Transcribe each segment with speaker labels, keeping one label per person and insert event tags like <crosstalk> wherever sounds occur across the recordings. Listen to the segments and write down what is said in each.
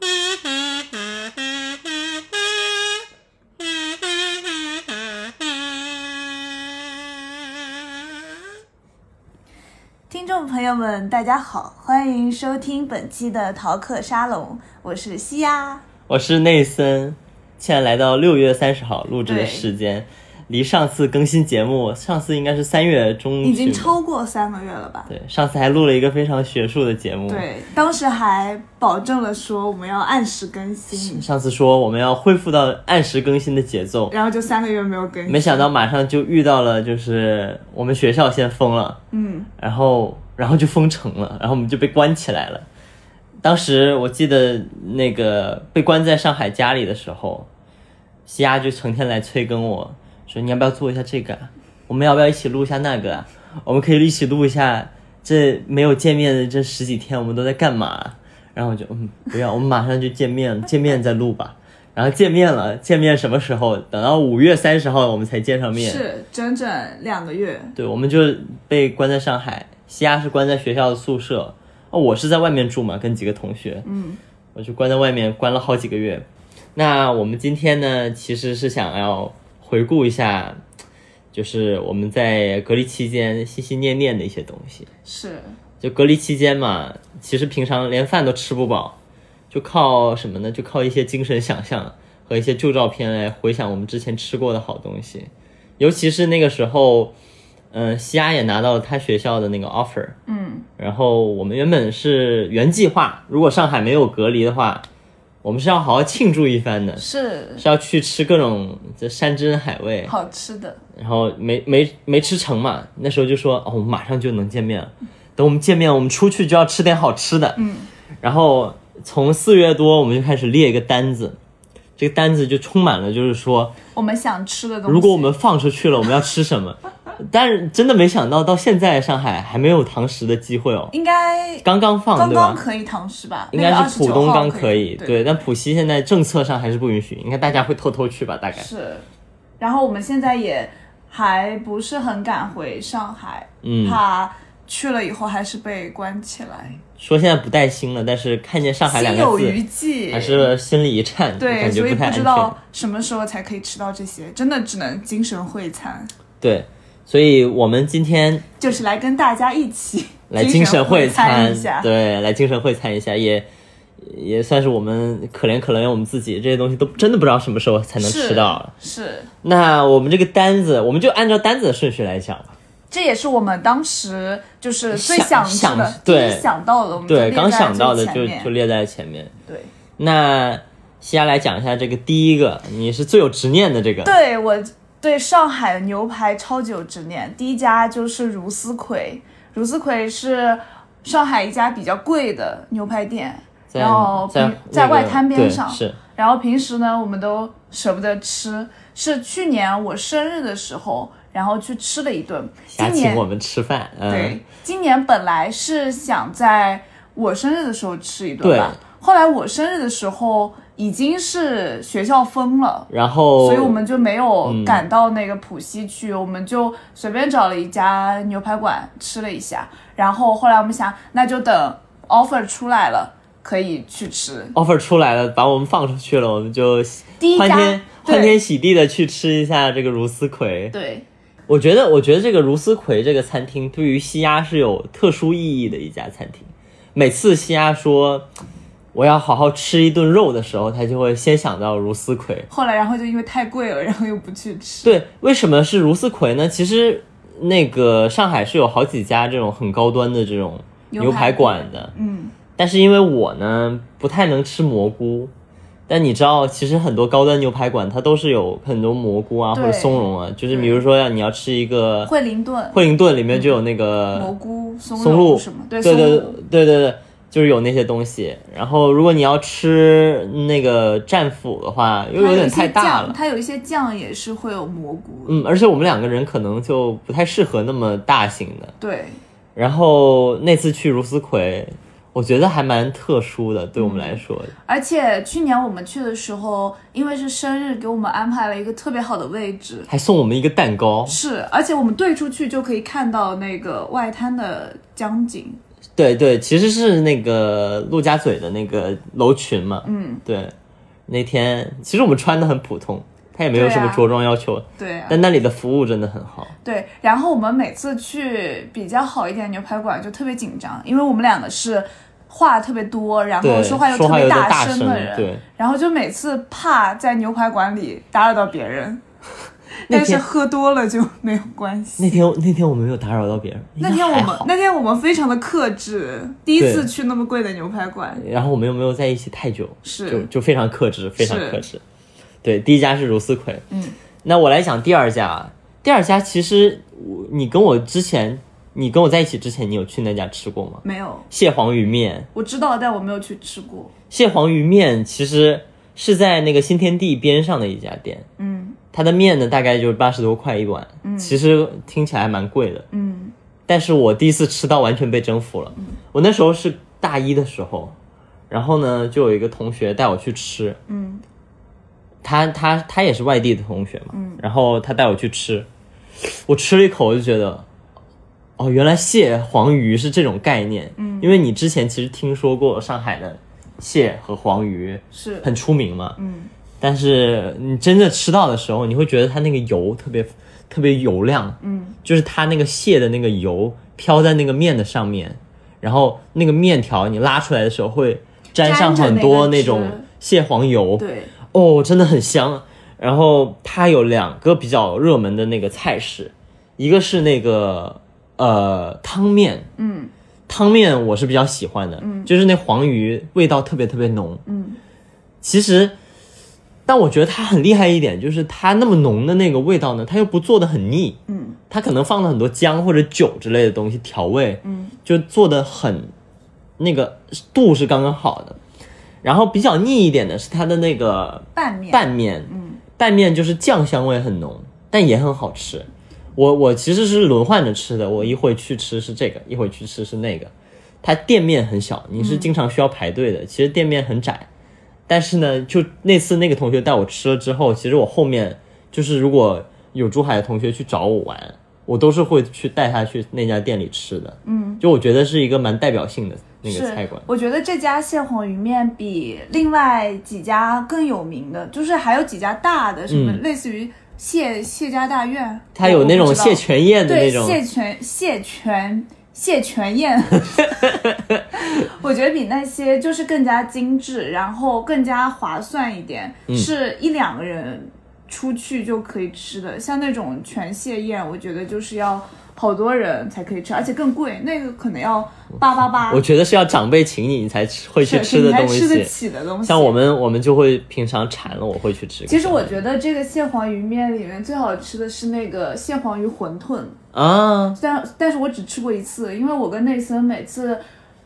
Speaker 1: Mm-hmm.
Speaker 2: 朋友们，大家好，欢迎收听本期的逃课沙龙，我是西亚。
Speaker 3: 我是内森，现在来到六月三十号录制的时间，离上次更新节目，上次应该是三月中
Speaker 2: 已经
Speaker 3: 旬
Speaker 2: 超过三个月了吧？
Speaker 3: 对，上次还录了一个非常学术的节目。，
Speaker 2: 对，当时还保证了说我们要按时更新，
Speaker 3: 上次说我们要恢复到按时更新的节奏，
Speaker 2: 然后就三个月没有更新。
Speaker 3: 没想到马上就遇到了，就是我们学校先封了，
Speaker 2: 嗯，
Speaker 3: 然后然后就封城了，然后我们就被关起来了。当时我记得那个被关在上海家里的时候，西亚就成天来催更我说你要不要做一下这个啊？我们要不要一起录一下那个啊？我们可以一起录一下这没有见面的这十几天我们都在干嘛？啊然后我就嗯不要，我们马上就见面了， <laughs> 见面再录吧。然后见面了，见面什么时候？等到五月三十号我们才见上面。
Speaker 2: 是整整两个月。
Speaker 3: 对，我们就被关在上海，西亚是关在学校的宿舍，哦，我是在外面住嘛，跟几个同学，
Speaker 2: 嗯，
Speaker 3: 我就关在外面，关了好几个月。那我们今天呢，其实是想要回顾一下，就是我们在隔离期间心心念念的一些东西。
Speaker 2: 是
Speaker 3: 就隔离期间嘛，其实平常连饭都吃不饱，就靠什么呢？就靠一些精神想象和一些旧照片来回想我们之前吃过的好东西。尤其是那个时候，嗯、西亚也拿到了他学校的那个 offer，
Speaker 2: 嗯，
Speaker 3: 然后我们原本是原计划，如果上海没有隔离的话，我们是要好好庆祝一番的，
Speaker 2: 是
Speaker 3: 是要去吃各种这山珍海味，
Speaker 2: 好吃的，
Speaker 3: 然后没没没吃成嘛，那时候就说哦，我们马上就能见面了，等我们见面，我们出去就要吃点好吃的。
Speaker 2: 嗯，
Speaker 3: 然后从四月多我们就开始列一个单子，这个单子就充满了就是说，
Speaker 2: 我们想吃的东西。
Speaker 3: 如果我们放出去了，我们要吃什么？但是真的没想到，到现在上海还没有堂食的机会哦，
Speaker 2: 应该
Speaker 3: 刚刚放
Speaker 2: 刚
Speaker 3: 对
Speaker 2: 刚
Speaker 3: 吧？
Speaker 2: 可以堂食吧？
Speaker 3: 应该
Speaker 2: 那个
Speaker 3: 是浦
Speaker 2: 29
Speaker 3: 东
Speaker 2: 号
Speaker 3: 刚
Speaker 2: 可
Speaker 3: 以，
Speaker 2: 对。
Speaker 3: 对，但浦西现在政策上还是不允许，应该大家会偷偷去吧，大概。
Speaker 2: 是，然后我们现在也还不是很敢回上海，
Speaker 3: 嗯
Speaker 2: 怕去了以后还是被关起来，
Speaker 3: 说现在不带薪了，但是看见上海两
Speaker 2: 心
Speaker 3: 个
Speaker 2: 有
Speaker 3: 字，
Speaker 2: 余悸，
Speaker 3: 还是心里一颤，
Speaker 2: 对，
Speaker 3: 感觉
Speaker 2: 所以
Speaker 3: 不
Speaker 2: 不
Speaker 3: 太安
Speaker 2: 知
Speaker 3: 全。
Speaker 2: 道什么时候才可以吃到这些，真的只能精神会餐，
Speaker 3: 对，所以我们今天
Speaker 2: 就是来跟大家一起
Speaker 3: <laughs> 来精神
Speaker 2: 会
Speaker 3: 会
Speaker 2: 餐
Speaker 3: 餐，
Speaker 2: 一下，
Speaker 3: 对，来精神会餐一下，也也算是我们可怜可怜我们自己，这些东西都真的不知道什么时候才能
Speaker 2: 是
Speaker 3: 吃到了。
Speaker 2: 是。
Speaker 3: 那我们这个单子，我们就按照单子的顺序来讲吧。
Speaker 2: 这也是我们当时就是最
Speaker 3: 想
Speaker 2: 吃的，
Speaker 3: 想
Speaker 2: 第一
Speaker 3: 对
Speaker 2: 想到了，我们就
Speaker 3: 对，
Speaker 2: 列
Speaker 3: 刚
Speaker 2: 在
Speaker 3: 想
Speaker 2: 最
Speaker 3: 到的
Speaker 2: 前
Speaker 3: 就
Speaker 2: 面
Speaker 3: 就列在前面。
Speaker 2: 对。
Speaker 3: 那先来讲一下这个第一个，你是最有执念的这个，
Speaker 2: 对我对上海的牛排超级有执念，第一家就是茹丝葵，茹丝葵是上海一家比较贵的牛排店，
Speaker 3: 在
Speaker 2: 然后
Speaker 3: 在
Speaker 2: 平
Speaker 3: 那
Speaker 2: 在
Speaker 3: 个
Speaker 2: 外滩边
Speaker 3: 对
Speaker 2: 上，
Speaker 3: 是
Speaker 2: 然后平时呢我们都舍不得吃，是去年我生日的时候，然后去吃了一顿，
Speaker 3: 想
Speaker 2: 今
Speaker 3: 请
Speaker 2: 年
Speaker 3: 我们吃饭，嗯，
Speaker 2: 对，今年本来是想在我生日的时候吃一顿吧，后来我生日的时候已经是学校封了。
Speaker 3: 然后
Speaker 2: 所以嗯我们就没有赶到那个浦西去，我们就随便找了一家牛排馆吃了一下。然后后来我们想，那就等 offer 出来了可以去吃。
Speaker 3: offer 出来了，把我们放出去了，我们就
Speaker 2: 第一
Speaker 3: 欢
Speaker 2: 家
Speaker 3: 天欢天
Speaker 2: 对
Speaker 3: 喜地的去吃一下这个茹丝葵。
Speaker 2: 对
Speaker 3: 我觉得，我觉得这个茹丝葵这个餐厅对于西亚是有特殊意义的一家餐厅。每次西亚说我要好好吃一顿肉的时候，他就会先想到茹丝葵。
Speaker 2: 后来然后就因为太贵了，然 <laughs> 后又不去吃。
Speaker 3: 对，为什么是茹丝葵呢？其实那个上海是有好几家这种很高端的这种
Speaker 2: 牛
Speaker 3: 牛
Speaker 2: 排
Speaker 3: 排馆的，
Speaker 2: 嗯，
Speaker 3: 但是因为我呢不太能吃蘑菇，但你知道，其实很多高端牛排馆它都是有很多蘑菇啊或
Speaker 2: 对
Speaker 3: 者松茸啊，就是
Speaker 2: 对
Speaker 3: 比如说要你要吃一个
Speaker 2: 惠灵顿、
Speaker 3: 惠灵顿里面就有那
Speaker 2: 蘑
Speaker 3: 个
Speaker 2: 菇、松
Speaker 3: 松露，
Speaker 2: 什么？
Speaker 3: 对
Speaker 2: 松
Speaker 3: 对对
Speaker 2: 露。
Speaker 3: 对对对，就是有那些东西。然后如果你要吃那个战斧的话，又
Speaker 2: 它
Speaker 3: 有点
Speaker 2: 一些
Speaker 3: 太大
Speaker 2: 酱，
Speaker 3: 了。
Speaker 2: 它有一些酱也是会有蘑菇。
Speaker 3: 嗯，而且我们两个人可能就不太适合那么大型的。
Speaker 2: 对，
Speaker 3: 然后那次去茹丝葵，我觉得还蛮特殊的，对我们来说。
Speaker 2: 而且去年我们去的时候，因为是生日，给我们安排了一个特别好的位置。
Speaker 3: 还送我们一个蛋糕，
Speaker 2: 是，而且我们对出去就可以看到那个外滩的江景。
Speaker 3: 对对，其实是那个陆家嘴的那个楼群嘛。
Speaker 2: 嗯，
Speaker 3: 对，那天其实我们穿的很普通，他也没有
Speaker 2: 对啊
Speaker 3: 什么着装要求，
Speaker 2: 对啊，
Speaker 3: 但那里的服务真的很好。
Speaker 2: 对。然后我们每次去比较好一点的牛排馆就特别紧张，因为我们两个是话特别多，然后
Speaker 3: 对，
Speaker 2: 说
Speaker 3: 说
Speaker 2: 话又特
Speaker 3: 话
Speaker 2: 别
Speaker 3: 有点大
Speaker 2: 声的人，
Speaker 3: 对，
Speaker 2: 然后就每次怕在牛排馆里打扰到别人，
Speaker 3: <laughs> 那
Speaker 2: 但是
Speaker 3: 天
Speaker 2: 喝多了就没有关
Speaker 3: <laughs>
Speaker 2: 系。
Speaker 3: 那天那天我没有打扰到别人，
Speaker 2: 那天
Speaker 3: 应该
Speaker 2: 我
Speaker 3: 还
Speaker 2: 们
Speaker 3: 好
Speaker 2: 那天我们非常的克制，第一
Speaker 3: 对
Speaker 2: 次去那么贵的牛排馆，
Speaker 3: 然后我们又没有在一起太久，就是就非常克制，非常
Speaker 2: 是
Speaker 3: 克制。对，第一家是如斯葵，
Speaker 2: 嗯，
Speaker 3: 那我来讲第二家啊，第二家其实我你跟我之前，你跟我在一起之前，你有去那家吃过吗？
Speaker 2: 没有，
Speaker 3: 蟹黄鱼面，
Speaker 2: 我知道，但我没有去吃过。
Speaker 3: 蟹黄鱼面其实是在那个新天地边上的一家店，
Speaker 2: 嗯
Speaker 3: 它的面呢大概就八十多块一碗，其实听起来还蛮贵的，
Speaker 2: 嗯，
Speaker 3: 但是我第一次吃到完全被征服了。我那时候是大一的时候，然后呢，就有一个同学带我去吃，嗯，他他他也是外地的同学嘛，嗯，然后他带我去吃，我吃了一口我就觉得，哦，原来蟹黄鱼是这种概念，嗯，因为你之前其实听说过上海的蟹和黄鱼
Speaker 2: 是，
Speaker 3: 很出名嘛，
Speaker 2: 嗯，
Speaker 3: 但是你真的吃到的时候，你会觉得它那个油特别特别油亮，
Speaker 2: 嗯，
Speaker 3: 就是它那个蟹的那个油飘在那个面的上面，然后那个面条你拉出来的时候会沾上很多
Speaker 2: 沾着那个
Speaker 3: 那种
Speaker 2: 汁
Speaker 3: 蟹黄油，
Speaker 2: 对，
Speaker 3: 哦，真的很香。然后它有两个比较热门的那个菜式，一个是那个呃汤面，
Speaker 2: 嗯
Speaker 3: 汤面我是比较喜欢的，嗯，就是那黄鱼味道特别特别浓，
Speaker 2: 嗯
Speaker 3: 其实，但我觉得它很厉害一点，就是它那么浓的那个味道呢，它又不做的很腻，
Speaker 2: 嗯
Speaker 3: 它可能放了很多姜或者酒之类的东西调味，
Speaker 2: 嗯，
Speaker 3: 就做的很那个度是刚刚好的。然后比较腻一点的是它的那个
Speaker 2: 拌面，
Speaker 3: 拌面，
Speaker 2: 嗯，
Speaker 3: 拌面就是酱香味很浓，但也很好吃。我我其实是轮换着吃的，我一会去吃是这个，一会去吃是那个。它店面很小，你是经常需要排队的。
Speaker 2: 嗯
Speaker 3: 其实店面很窄，但是呢，就那次那个同学带我吃了之后，其实我后面就是如果有珠海的同学去找我玩，我都是会去带他去那家店里吃的。
Speaker 2: 嗯，
Speaker 3: 就我觉得是一个蛮代表性的那个
Speaker 2: 是
Speaker 3: 菜馆。
Speaker 2: 我觉得这家蟹黄鱼面比另外几家更有名的，就是还有几家大的，什么
Speaker 3: 嗯
Speaker 2: 类似于蟹蟹家大院，
Speaker 3: 它有那
Speaker 2: 我
Speaker 3: 种
Speaker 2: 不知道
Speaker 3: 蟹全宴的
Speaker 2: 对
Speaker 3: 那种，
Speaker 2: 蟹全蟹全蟹全宴， <laughs> 我觉得比那些就是更加精致，然后更加划算一点，
Speaker 3: 嗯
Speaker 2: 是一两个人出去就可以吃的。像那种全蟹宴，我觉得就是要好多人才可以吃，而且更贵，那个可能要八八八
Speaker 3: 我，觉得是要长辈请你，你才吃会去
Speaker 2: 是
Speaker 3: 吃
Speaker 2: 你
Speaker 3: 的
Speaker 2: 才
Speaker 3: 东
Speaker 2: 吃得
Speaker 3: 西。
Speaker 2: 起的东西。
Speaker 3: 像我们，我们就会平常馋了，我会去吃个。
Speaker 2: 其实我觉得这个蟹黄鱼面里面最好吃的是那个蟹黄鱼馄饨，
Speaker 3: 啊，
Speaker 2: 但但是我只吃过一次，因为我跟内森每次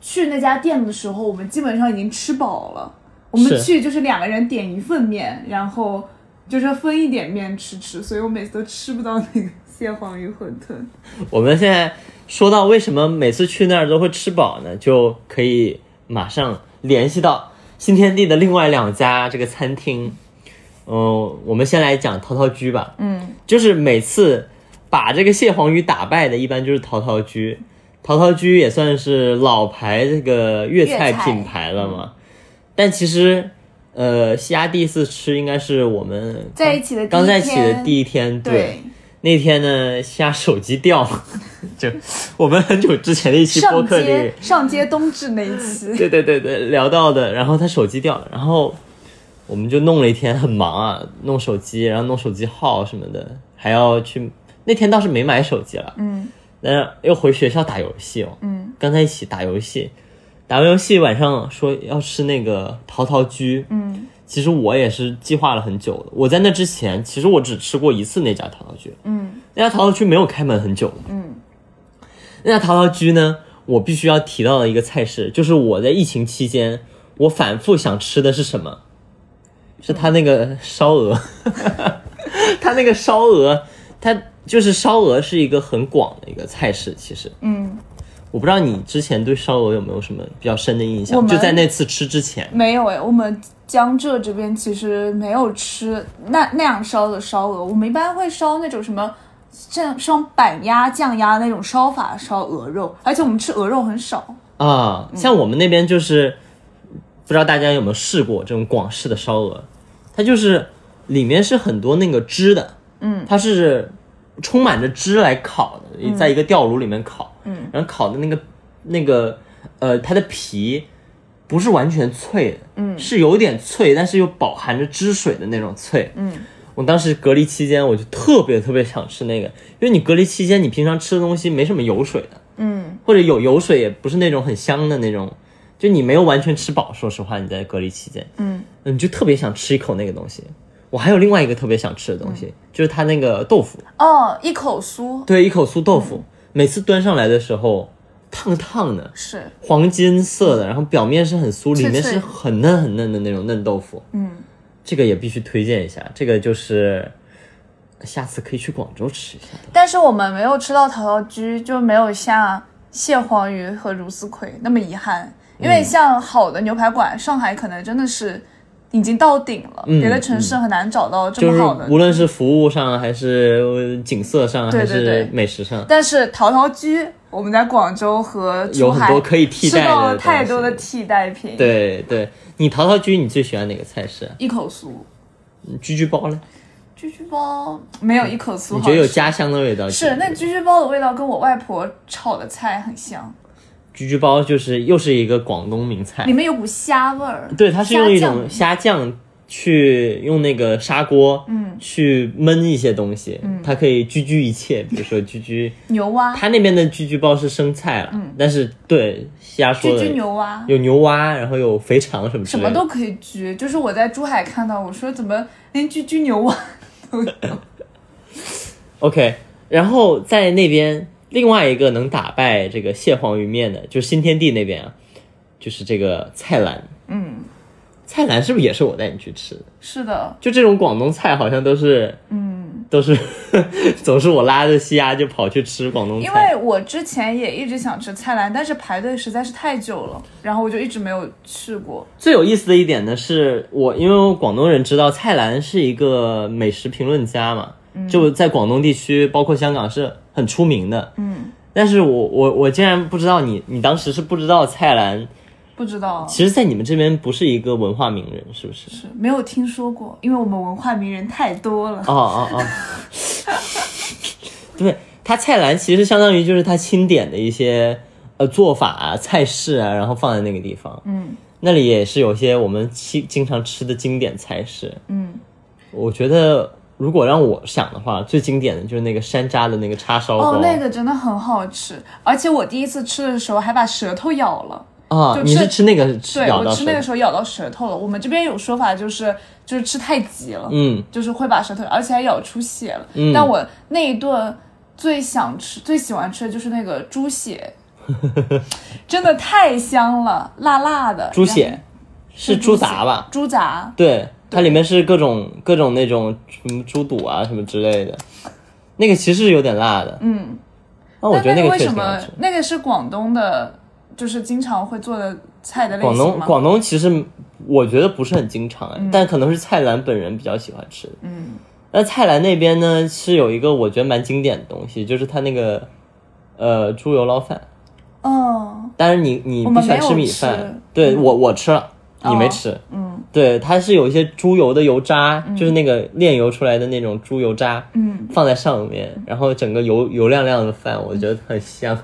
Speaker 2: 去那家店的时候，我们基本上已经吃饱了。我们
Speaker 3: 是
Speaker 2: 去就是两个人点一份面，然后就是分一点面吃吃，所以我每次都吃不到那个蟹黄鱼馄
Speaker 3: <laughs>
Speaker 2: 饨。
Speaker 3: 我们现在说到为什么每次去那儿都会吃饱呢，就可以马上联系到新天地的另外两家这个餐厅。嗯、我们先来讲陶陶居吧。
Speaker 2: 嗯，
Speaker 3: 就是每次把这个蟹黄鱼打败的，一般就是陶陶居。陶陶居也算是老牌这个粤菜
Speaker 2: 粤菜
Speaker 3: 品牌了嘛。但其实，呃，西亚第一次吃应该是我们
Speaker 2: 在一起的第一
Speaker 3: 刚在一起的
Speaker 2: 天
Speaker 3: 第一天，对。
Speaker 2: 对，
Speaker 3: 那天呢，西亚手机掉了， <laughs> 就我们很久之前的一期播
Speaker 2: 上
Speaker 3: 客里
Speaker 2: 街，上街冬至那一期，
Speaker 3: 对对对对，聊到的，然后他手机掉了，然后我们就弄了一天，很忙啊，弄手机，然后弄手机号什么的，还要去。那天倒是没买手机了，
Speaker 2: 嗯
Speaker 3: 但是又回学校打游戏哦。
Speaker 2: 嗯
Speaker 3: 刚在一起打游戏，打完游戏晚上说要吃那个陶陶居，
Speaker 2: 嗯
Speaker 3: 其实我也是计划了很久的。我在那之前，其实我只吃过一次那家陶陶居，
Speaker 2: 嗯
Speaker 3: 那家陶陶居没有开门很久了。
Speaker 2: 嗯
Speaker 3: 那陶陶居呢，我必须要提到的一个菜式，就是我在疫情期间，我反复想吃的是什么？是他那个烧鹅， <laughs> 他那个烧鹅，他就是烧鹅是一个很广的一个菜式。其实
Speaker 2: 嗯，
Speaker 3: 我不知道你之前对烧鹅有没有什么比较深的印
Speaker 2: 我
Speaker 3: 象，
Speaker 2: 们
Speaker 3: 就在那次吃之前，
Speaker 2: 没有哎，我们江浙这边其实没有吃那那样烧的烧鹅，我们一般会烧那种什么像像板鸭、酱鸭那种烧法烧鹅肉，而且我们吃鹅肉很少。
Speaker 3: 啊，像我们那边就是，不知道大家有没有试过这种广式的烧鹅，它就是里面是很多那个汁的，嗯，它是充满着汁来烤的，在一个吊炉里面烤，嗯，然后烤的那个那个呃，它的皮不是完全脆的，嗯，是有点脆，但是又饱含着汁水的那种脆，嗯。我当时隔离期间，我就特别特别想吃那个，因为你隔离期间，你平常吃的东西没什么油水的，
Speaker 2: 嗯，
Speaker 3: 或者有油水也不是那种很香的那种，就你没有完全吃饱。说实话，你在隔离期间，
Speaker 2: 嗯，
Speaker 3: 你就特别想吃一口那个东西。我还有另外一个特别想吃的东
Speaker 2: 嗯
Speaker 3: 西，就是它那个豆腐，
Speaker 2: 哦，一口酥
Speaker 3: 对，一口酥豆
Speaker 2: 嗯
Speaker 3: 腐，每次端上来的时候，烫烫的，
Speaker 2: 是，
Speaker 3: 黄金色的，然后表面是很
Speaker 2: 嗯
Speaker 3: 酥，
Speaker 2: 脆
Speaker 3: 里面
Speaker 2: 脆
Speaker 3: 是很嫩很嫩的那种嫩豆腐。
Speaker 2: 嗯，
Speaker 3: 这个也必须推荐一下，这个就是下次可以去广州吃一下的。
Speaker 2: 但是我们没有吃到陶陶居，就没有像蟹黄鱼和茹丝葵那么遗憾，因
Speaker 3: 嗯
Speaker 2: 为像好的牛排馆，上海可能真的是已经到顶了，
Speaker 3: 嗯
Speaker 2: 别的城市很难找到这
Speaker 3: 就是
Speaker 2: 么好的。
Speaker 3: 无论是服务上，还是呃景色上，
Speaker 2: 对对
Speaker 3: 还
Speaker 2: 对
Speaker 3: 是美食上，
Speaker 2: 但是陶陶居，我们在广州和
Speaker 3: 有
Speaker 2: 珠
Speaker 3: 很
Speaker 2: 海
Speaker 3: 多可以替代
Speaker 2: 吃到
Speaker 3: 的
Speaker 2: 了太多的
Speaker 3: 东西
Speaker 2: 替代品，，
Speaker 3: 对对，你陶陶居，你最喜欢哪个菜式啊？
Speaker 2: 一口酥。
Speaker 3: 居居包嘞？
Speaker 2: 居居包没有一口酥好吃，
Speaker 3: 你觉得有家乡的味道？
Speaker 2: 是那居居包的味道跟我外婆炒的菜很像，
Speaker 3: 居居包就是又是一个广东名菜
Speaker 2: 里，面有股虾味儿。
Speaker 3: 对，它是用一
Speaker 2: 虾酱
Speaker 3: 种虾酱去用那个砂锅，嗯，去焖一些东西，嗯，它可以居居一切，比如说居居。
Speaker 2: 牛蛙，
Speaker 3: 他那边的居居包是生菜了，但是对瞎
Speaker 2: 嗯
Speaker 3: 说
Speaker 2: 居
Speaker 3: 的
Speaker 2: 居牛蛙，
Speaker 3: 有牛蛙，然后有肥肠什么之
Speaker 2: 什
Speaker 3: 类的
Speaker 2: 么都可以居。就是我在珠海看到，我说怎么连居居牛蛙 <laughs> 都有？
Speaker 3: OK。然后在那边另外一个能打败这个蟹黄鱼面的，就是新天地那边啊，就是这个菜篮。嗯，菜篮是不是也是我带你去吃的？
Speaker 2: 是的，
Speaker 3: 就这种广东菜好像都是，嗯，都是 <laughs> 总是我拉着西亚就跑去吃广东菜，
Speaker 2: 因为我之前也一直想吃菜篮，但是排队实在是太久了，然后我就一直没有去过。
Speaker 3: 最有意思的一点呢，是我因为广东人知道蔡澜是一个美食评论家嘛，就在广东地区，包括香港是很出名的。
Speaker 2: 嗯，
Speaker 3: 但是我我我竟然不知道你，你当时是不知道蔡澜，
Speaker 2: 不知道
Speaker 3: 其实，在你们这边不是一个文化名人，是不是？
Speaker 2: 是没有听说过，因为我们文化名人太多了。
Speaker 3: 哦哦哦， <laughs> 对他蔡澜其实相当于就是他钦点的一些呃做法啊、菜式啊，然后放在那个地方。
Speaker 2: 嗯
Speaker 3: 那里也是有些我们经经常吃的经典菜式。
Speaker 2: 嗯，
Speaker 3: 我觉得如果让我想的话，最经典的就是那个山楂的那个叉烧包。
Speaker 2: 哦，那个真的很好吃，而且我第一次吃的时候还把舌头咬了。
Speaker 3: 啊，
Speaker 2: 就
Speaker 3: 你
Speaker 2: 吃
Speaker 3: 是吃那个吃
Speaker 2: 对
Speaker 3: 咬到
Speaker 2: 我吃
Speaker 3: 舌
Speaker 2: 那
Speaker 3: 头
Speaker 2: 个？时候咬到舌头了。我们这边有说法就是就是吃太急了，
Speaker 3: 嗯，
Speaker 2: 就是会把舌头，而且还咬出血了。
Speaker 3: 嗯
Speaker 2: 但我那一顿最想吃、最喜欢吃的就是那个猪
Speaker 3: <laughs>
Speaker 2: 血，真的太香了，辣辣的。
Speaker 3: 猪
Speaker 2: 然后
Speaker 3: 血是猪杂吧？
Speaker 2: 猪杂，
Speaker 3: 对，它里面是各种各种那种什么猪肚啊什么之类的，那个其实有点辣的。嗯，那我
Speaker 2: 但
Speaker 3: 觉得
Speaker 2: 那
Speaker 3: 那
Speaker 2: 为
Speaker 3: 确实
Speaker 2: 什
Speaker 3: 挺好
Speaker 2: 么
Speaker 3: 吃。
Speaker 2: 那个是广东的，就是经常会做的菜的类
Speaker 3: 广
Speaker 2: 型
Speaker 3: 东
Speaker 2: 吗？嗯
Speaker 3: 广东其实我觉得不是很经常哎，但可能是蔡澜本人比较喜欢吃的。嗯，那蔡澜那边呢是有一个我觉得蛮经典的东西，就是他那个呃猪油捞饭。
Speaker 2: 嗯，
Speaker 3: 但是你你
Speaker 2: 我
Speaker 3: 不
Speaker 2: 们
Speaker 3: 喜欢
Speaker 2: 没有
Speaker 3: 吃米
Speaker 2: 吃嗯
Speaker 3: 饭，对我我吃了，你没
Speaker 2: 哦
Speaker 3: 吃，嗯，对，它是有一些猪油的油渣，
Speaker 2: 嗯
Speaker 3: 就是那个炼油出来的那种猪油渣，嗯，放在上面，然后整个油油亮亮的饭，我觉得
Speaker 2: <laughs>
Speaker 3: 很香。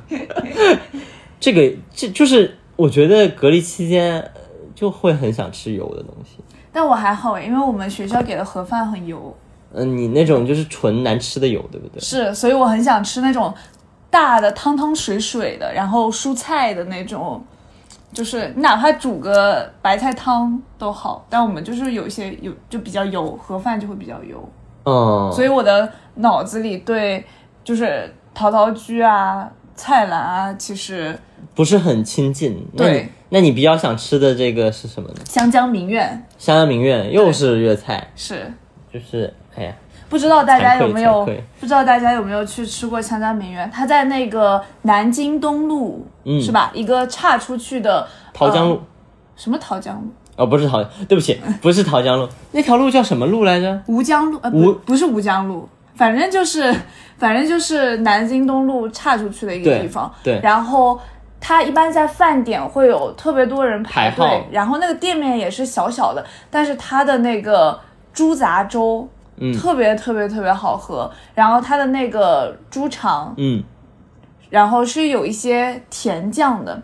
Speaker 3: 这个这就是我觉得隔离期间呃就会很想吃油的东西，
Speaker 2: 但我还好，因为我们学校给的盒饭很油。
Speaker 3: 嗯，你那种就是纯难吃的油，对不对？
Speaker 2: 是，所以我很想吃那种大的汤汤水水的，然后蔬菜的那种，就是哪怕煮个白菜汤都好。但我们就是有一些有就比较油，盒饭就会比较油，
Speaker 3: 嗯，
Speaker 2: 所以我的脑子里对就是陶陶居啊、菜篮啊，其实
Speaker 3: 不是很亲近。那
Speaker 2: 对
Speaker 3: 你那你比较想吃的这个是什么呢？
Speaker 2: 湘江名苑
Speaker 3: 湘江名苑又是粤菜。
Speaker 2: 是。
Speaker 3: 就是哎呀，
Speaker 2: 不知道大家有没
Speaker 3: 惭
Speaker 2: 有
Speaker 3: 愧惭愧
Speaker 2: 不知道大家有没有去吃过湘江名苑？它在那个南京东路，
Speaker 3: 嗯
Speaker 2: 是吧？一个岔出去的
Speaker 3: 桃江路、
Speaker 2: 呃什么桃江路？
Speaker 3: 哦，不是桃，对不起，不是桃江路，嗯 <laughs> 那条路叫什么路来着？
Speaker 2: 吴江路，呃，不，
Speaker 3: 吴
Speaker 2: 不是吴江路，反正就是， <laughs> 反正就是南京东路岔出去的一个
Speaker 3: 对
Speaker 2: 地方。
Speaker 3: 对
Speaker 2: 然后它一般在饭点会有特别多人排
Speaker 3: 排号
Speaker 2: 队，然后那个店面也是小小的，但是它的那个。猪杂粥，
Speaker 3: 嗯
Speaker 2: 特别特别特别好喝。然后它的那个猪肠，
Speaker 3: 嗯，
Speaker 2: 然后是有一些甜酱的，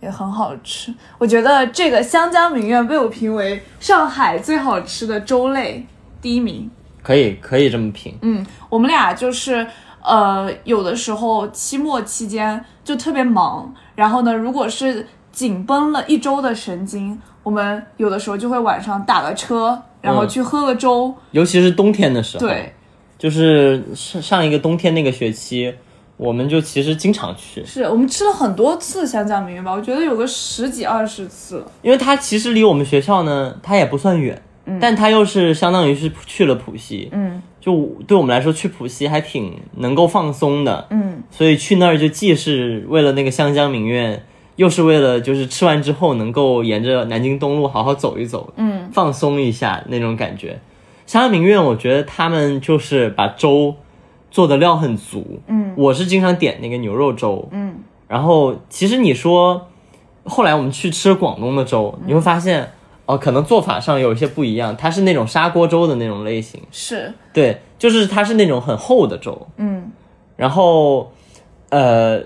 Speaker 2: 也很好吃。我觉得这个湘江名苑被我评为上海最好吃的粥类第一名。
Speaker 3: 可以可以这么评，
Speaker 2: 嗯，我们俩就是呃，有的时候期末期间就特别忙，然后呢，如果是紧绷了一周的神经，我们有的时候就会晚上打个车，然后
Speaker 3: 嗯
Speaker 2: 去喝个粥。
Speaker 3: 尤其是冬天的时候，
Speaker 2: 对，，
Speaker 3: 就是上上一个冬天那个学期，我们就其实经常去，
Speaker 2: 是我们吃了很多次湘江名苑吧，我觉得有个十几二十次。
Speaker 3: 因为它其实离我们学校呢，它也不算远，但它又是相当于是去了浦西，
Speaker 2: 嗯
Speaker 3: 就对我们来说去浦西还挺能够放松的，
Speaker 2: 嗯，
Speaker 3: 所以去那儿就既是为了那个湘江名苑，又是为了就是吃完之后能够沿着南京东路好好走一走，
Speaker 2: 嗯，
Speaker 3: 放松一下那种感觉。湘江名苑，我觉得他们就是把粥做的料很足，
Speaker 2: 嗯，
Speaker 3: 我是经常点那个牛肉粥，
Speaker 2: 嗯，
Speaker 3: 然后其实你说后来我们去吃广东的粥，
Speaker 2: 嗯
Speaker 3: 你会发现哦、可能做法上有一些不一样，它是那种砂锅粥的那种类型，
Speaker 2: 是，
Speaker 3: 对，就是它是那种很厚的粥，
Speaker 2: 嗯
Speaker 3: 然后，呃，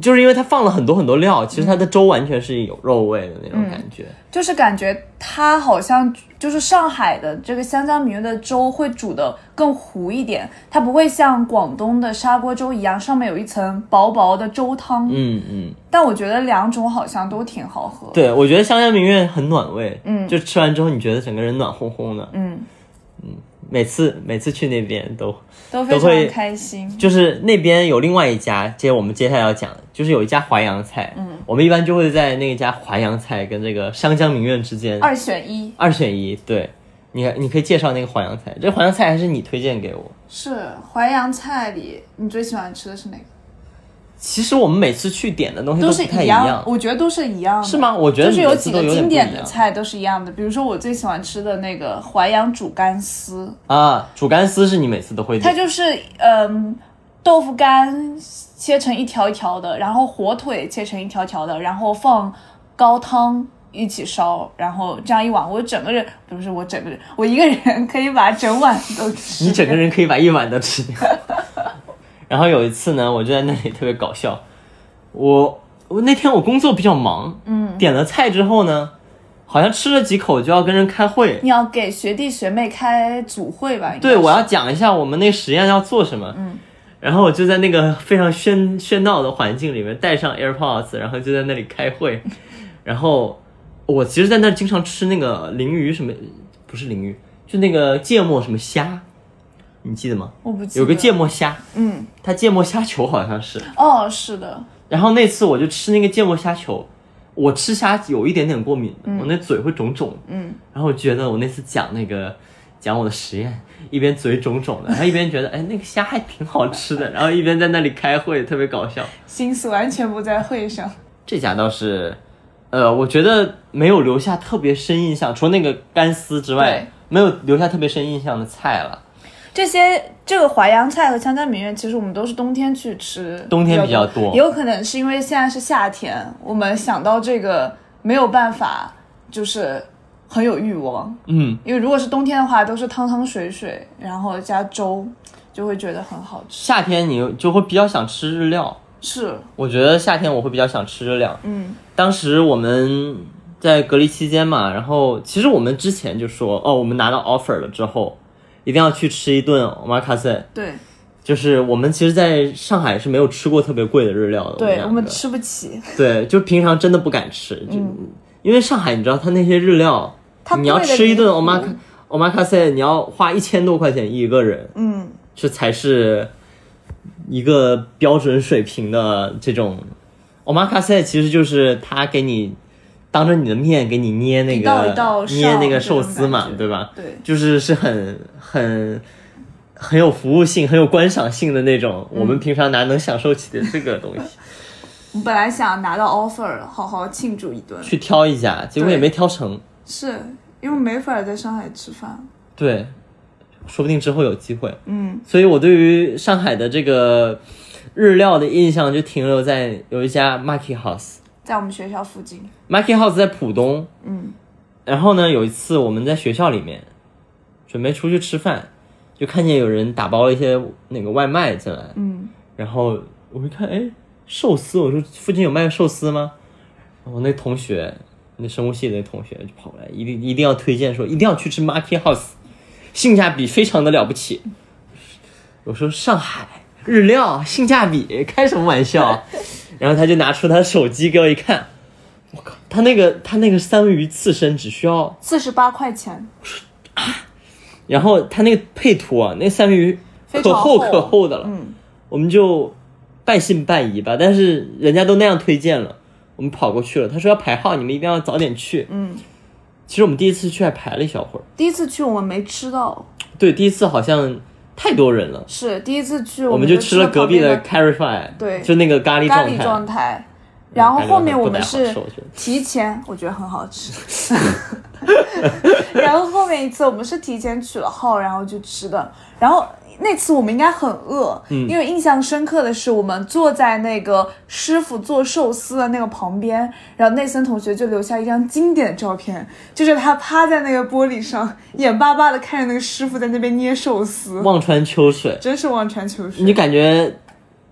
Speaker 3: 就是因为它放了很多很多料，其实它的粥完全是有肉味的那种感觉。
Speaker 2: 就是感觉它好像就是上海的这个湘江名苑的粥会煮的更糊一点，它不会像广东的砂锅粥一样上面有一层薄薄的粥汤。
Speaker 3: 嗯嗯，
Speaker 2: 但我觉得两种好像都挺好喝。，
Speaker 3: 对，我觉得湘江名苑很暖胃，
Speaker 2: 嗯
Speaker 3: 就吃完之后你觉得整个人暖烘烘的。
Speaker 2: 嗯，
Speaker 3: 每次每次去那边都
Speaker 2: 都非
Speaker 3: 都会
Speaker 2: 常开心。
Speaker 3: 就是那边有另外一家，接我们接下来要讲的，就是有一家淮扬菜，嗯，我们一般就会在那家淮扬菜跟这个湘江名苑之间
Speaker 2: 二选一
Speaker 3: 二选一，对。你你可以介绍那个淮扬菜，这淮扬菜还是你推荐给我。
Speaker 2: 是淮扬菜里你最喜欢吃的是哪个？
Speaker 3: 其实我们每次去点的东西
Speaker 2: 都
Speaker 3: 不
Speaker 2: 是
Speaker 3: 太
Speaker 2: 一
Speaker 3: 样，
Speaker 2: 我觉得都是一样的。
Speaker 3: 是吗我觉得
Speaker 2: 就是
Speaker 3: 每
Speaker 2: 有
Speaker 3: 次
Speaker 2: 几
Speaker 3: 都
Speaker 2: 个
Speaker 3: 有点
Speaker 2: 经
Speaker 3: 不
Speaker 2: 典
Speaker 3: 一
Speaker 2: 的
Speaker 3: 样
Speaker 2: 菜都是一样的，比如说我最喜欢吃的那个淮扬煮干丝。
Speaker 3: 啊，煮干丝是你每次都会
Speaker 2: 它 <laughs>
Speaker 3: 点，
Speaker 2: 就是嗯，豆腐干切成一条一条的，然后火腿切成一条条的，然后放高汤一起烧，然后这样一碗，我整个人不是我整个人，我一个人可以把整碗都吃。
Speaker 3: 你整个人可以把一碗都吃掉。 <laughs> 然后有一次呢，我就在那里特别搞笑，我我那天我工作比较忙，嗯，点了菜之后呢，好像吃了几口就要跟人开会，
Speaker 2: 你要给学弟学妹开组会吧？应该
Speaker 3: 对我
Speaker 2: 是
Speaker 3: 要讲一下我们那实验要做什么，嗯。然后我就在那个非常喧喧闹的环境里面戴上 AirPods，然后就在那里开会。然后我其实，在那儿经常吃那个鲮鱼什么，不是鲮鱼，就那个芥末什么虾，你记得吗？
Speaker 2: 我不记得
Speaker 3: 有个芥末虾，
Speaker 2: 嗯
Speaker 3: 它芥末虾球好像是。
Speaker 2: 哦是的
Speaker 3: 然后那次我就吃那个芥末虾球，我吃虾有一点点过敏，我那嘴会肿肿的。
Speaker 2: 嗯
Speaker 3: 然后我觉得我那次讲那个讲我的实验，一边嘴肿肿的，然后一边觉得哎那个虾还挺好吃的，然后一边在那里开会，特别搞笑。
Speaker 2: 心思完全不在会上。
Speaker 3: 这家倒是，呃，我觉得没有留下特别深印象，除了那个干丝之外
Speaker 2: 对，
Speaker 3: 没有留下特别深印象的菜了。
Speaker 2: 这些这个淮扬菜和湘江名苑，其实我们都是冬天去吃，
Speaker 3: 冬天比较多
Speaker 2: 也有可能是因为现在是夏天，我们想到这个没有办法，就是很有欲望。
Speaker 3: 嗯，
Speaker 2: 因为如果是冬天的话，都是汤汤水水，然后加粥，就会觉得很好吃。
Speaker 3: 夏天你就会比较想吃日料，
Speaker 2: 是，
Speaker 3: 我觉得夏天我会比较想吃热量。
Speaker 2: 嗯
Speaker 3: 当时我们在隔离期间嘛，然后其实我们之前就说，哦，我们拿到 offer 了之后，一定要去吃一顿 omakase，
Speaker 2: 对
Speaker 3: 就是我们其实在上海是没有吃过特别贵的日料的。
Speaker 2: 对，
Speaker 3: 我
Speaker 2: 我
Speaker 3: 们
Speaker 2: 们
Speaker 3: 两个
Speaker 2: 吃不起，
Speaker 3: 对，就平常真的不敢吃，就、因为上海你知道它那些日料，
Speaker 2: 它
Speaker 3: 你要
Speaker 2: 贵得
Speaker 3: 吃一顿哦
Speaker 2: 离谱
Speaker 3: omaka omakase，你要花一千多块钱一个人，
Speaker 2: 嗯，
Speaker 3: 这才是一个标准水平的这种 omakase，其实就是他给你当着你的面给你捏那个
Speaker 2: 一道一道上
Speaker 3: 捏那个寿司嘛
Speaker 2: 这种感，觉
Speaker 3: 对吧？
Speaker 2: 对
Speaker 3: 就是是很很。很有服务性、很有观赏性的那种，
Speaker 2: 嗯
Speaker 3: 我们平常哪能享受起的这个东西？
Speaker 2: 我本来想拿到 offer，好好庆祝一顿，
Speaker 3: 去挑一家，结果
Speaker 2: 对
Speaker 3: 也没挑成。
Speaker 2: 是因为没法在上海吃饭。
Speaker 3: 对，说不定之后有机会。
Speaker 2: 嗯，
Speaker 3: 所以我对于上海的这个日料的印象就停留在有一家 Maki House。
Speaker 2: 在我们学校附近，
Speaker 3: Maki House 在浦东，
Speaker 2: 嗯，
Speaker 3: 然后呢，有一次我们在学校里面准备出去吃饭，就看见有人打包了一些那个外卖进来，
Speaker 2: 嗯，
Speaker 3: 然后我一看，哎，寿司，我说附近有卖寿司吗？我那同学，那生物系的同学就跑过来，一定一定要推荐说，一定要去吃 Market House，性价比非常的了不起。我说上海日料性价比开什么玩笑？然后他就拿出他手机给我一看，我靠，他那个他那个三文鱼刺身只需要
Speaker 2: 四十八块钱，
Speaker 3: 然后它那个配图啊，那三文鱼可
Speaker 2: 非常厚
Speaker 3: 厚可厚的了，
Speaker 2: 嗯
Speaker 3: 我们就半信半疑吧。但是人家都那样推荐了，我们跑过去了。他说要排号，你们一定要早点去。
Speaker 2: 嗯，
Speaker 3: 其实我们第一次去还排了一小会儿，
Speaker 2: 第一次去我们没吃到，
Speaker 3: 对，第一次好像太多人了，
Speaker 2: 是第一次去
Speaker 3: 我
Speaker 2: 们
Speaker 3: 们就
Speaker 2: 吃
Speaker 3: 吃了隔
Speaker 2: 旁
Speaker 3: 壁
Speaker 2: 边
Speaker 3: 的
Speaker 2: 的
Speaker 3: Carry Fry，
Speaker 2: 对
Speaker 3: 就那个咖喱
Speaker 2: 咖
Speaker 3: 状
Speaker 2: 喱
Speaker 3: 态。
Speaker 2: 状态，然后后面我们
Speaker 3: 咖喱状态
Speaker 2: 是
Speaker 3: 不太好吃我觉得
Speaker 2: 提前，我觉得很好吃。 <laughs> 然后后面一次我们是提前取了号，然后去吃的。然后那次我们应该很饿，
Speaker 3: 嗯
Speaker 2: 因为印象深刻的是我们坐在那个师傅做寿司的那个旁边，然后内森同学就留下一张经典的照片，就是他趴在那个玻璃上，眼巴巴的看着那个师傅在那边捏寿司，
Speaker 3: 望穿秋水，
Speaker 2: 真是望穿秋水。
Speaker 3: 你就感觉